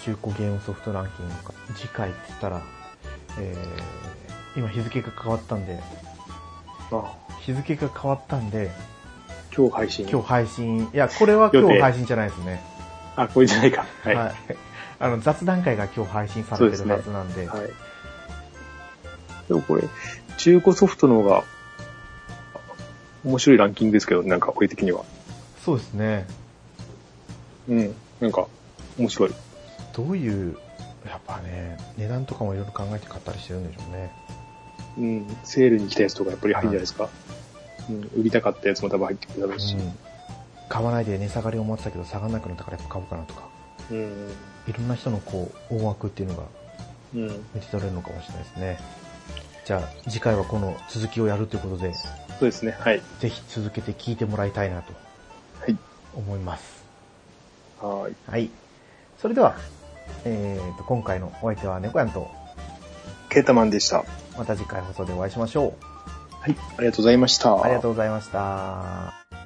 中古ゲームソフトランキングか。次回って言ったら、えー、今日付が変わったんで、
まあ、
日付が変わったんで、
今日配信。
今日配信、いや、これは今
予
日
定
配信じゃないですね。
あ、これじゃないか。はい。
はい
は。
あの、雑談会が今日配信されてるはずなんで、
い。でもこれ、中古ソフトの方が、面白いランキングですけど、なんか、俺的には。
そうですね。
うん。なんか、面白い。
どういう、やっぱね、値段とかもいろいろ考えて買ったりしてるんでしょうね。
うん。セールに来たやつとかやっぱり入るんじゃないですか。うん、売りたかったやつも多分入ってくるだろうし。
買わないで値下がりを待ってたけど下がらなくなったからやっぱ買おうかなとか、
うん。
いろんな人のこう、思惑っていうのが
うん。
見て取れるのかもしれないですね。じゃあ、次回はこの続きをやるということで、
そうですね。はい。
ぜひ続けて聞いてもらいたいなと
はい。
思います。
はーい。
はい。それでは、えーと、今回のお相手は猫やんと、
ケータマンでした。
また次回放送でお会いしましょう。
はい。ありがとうございました。
ありがとうございました。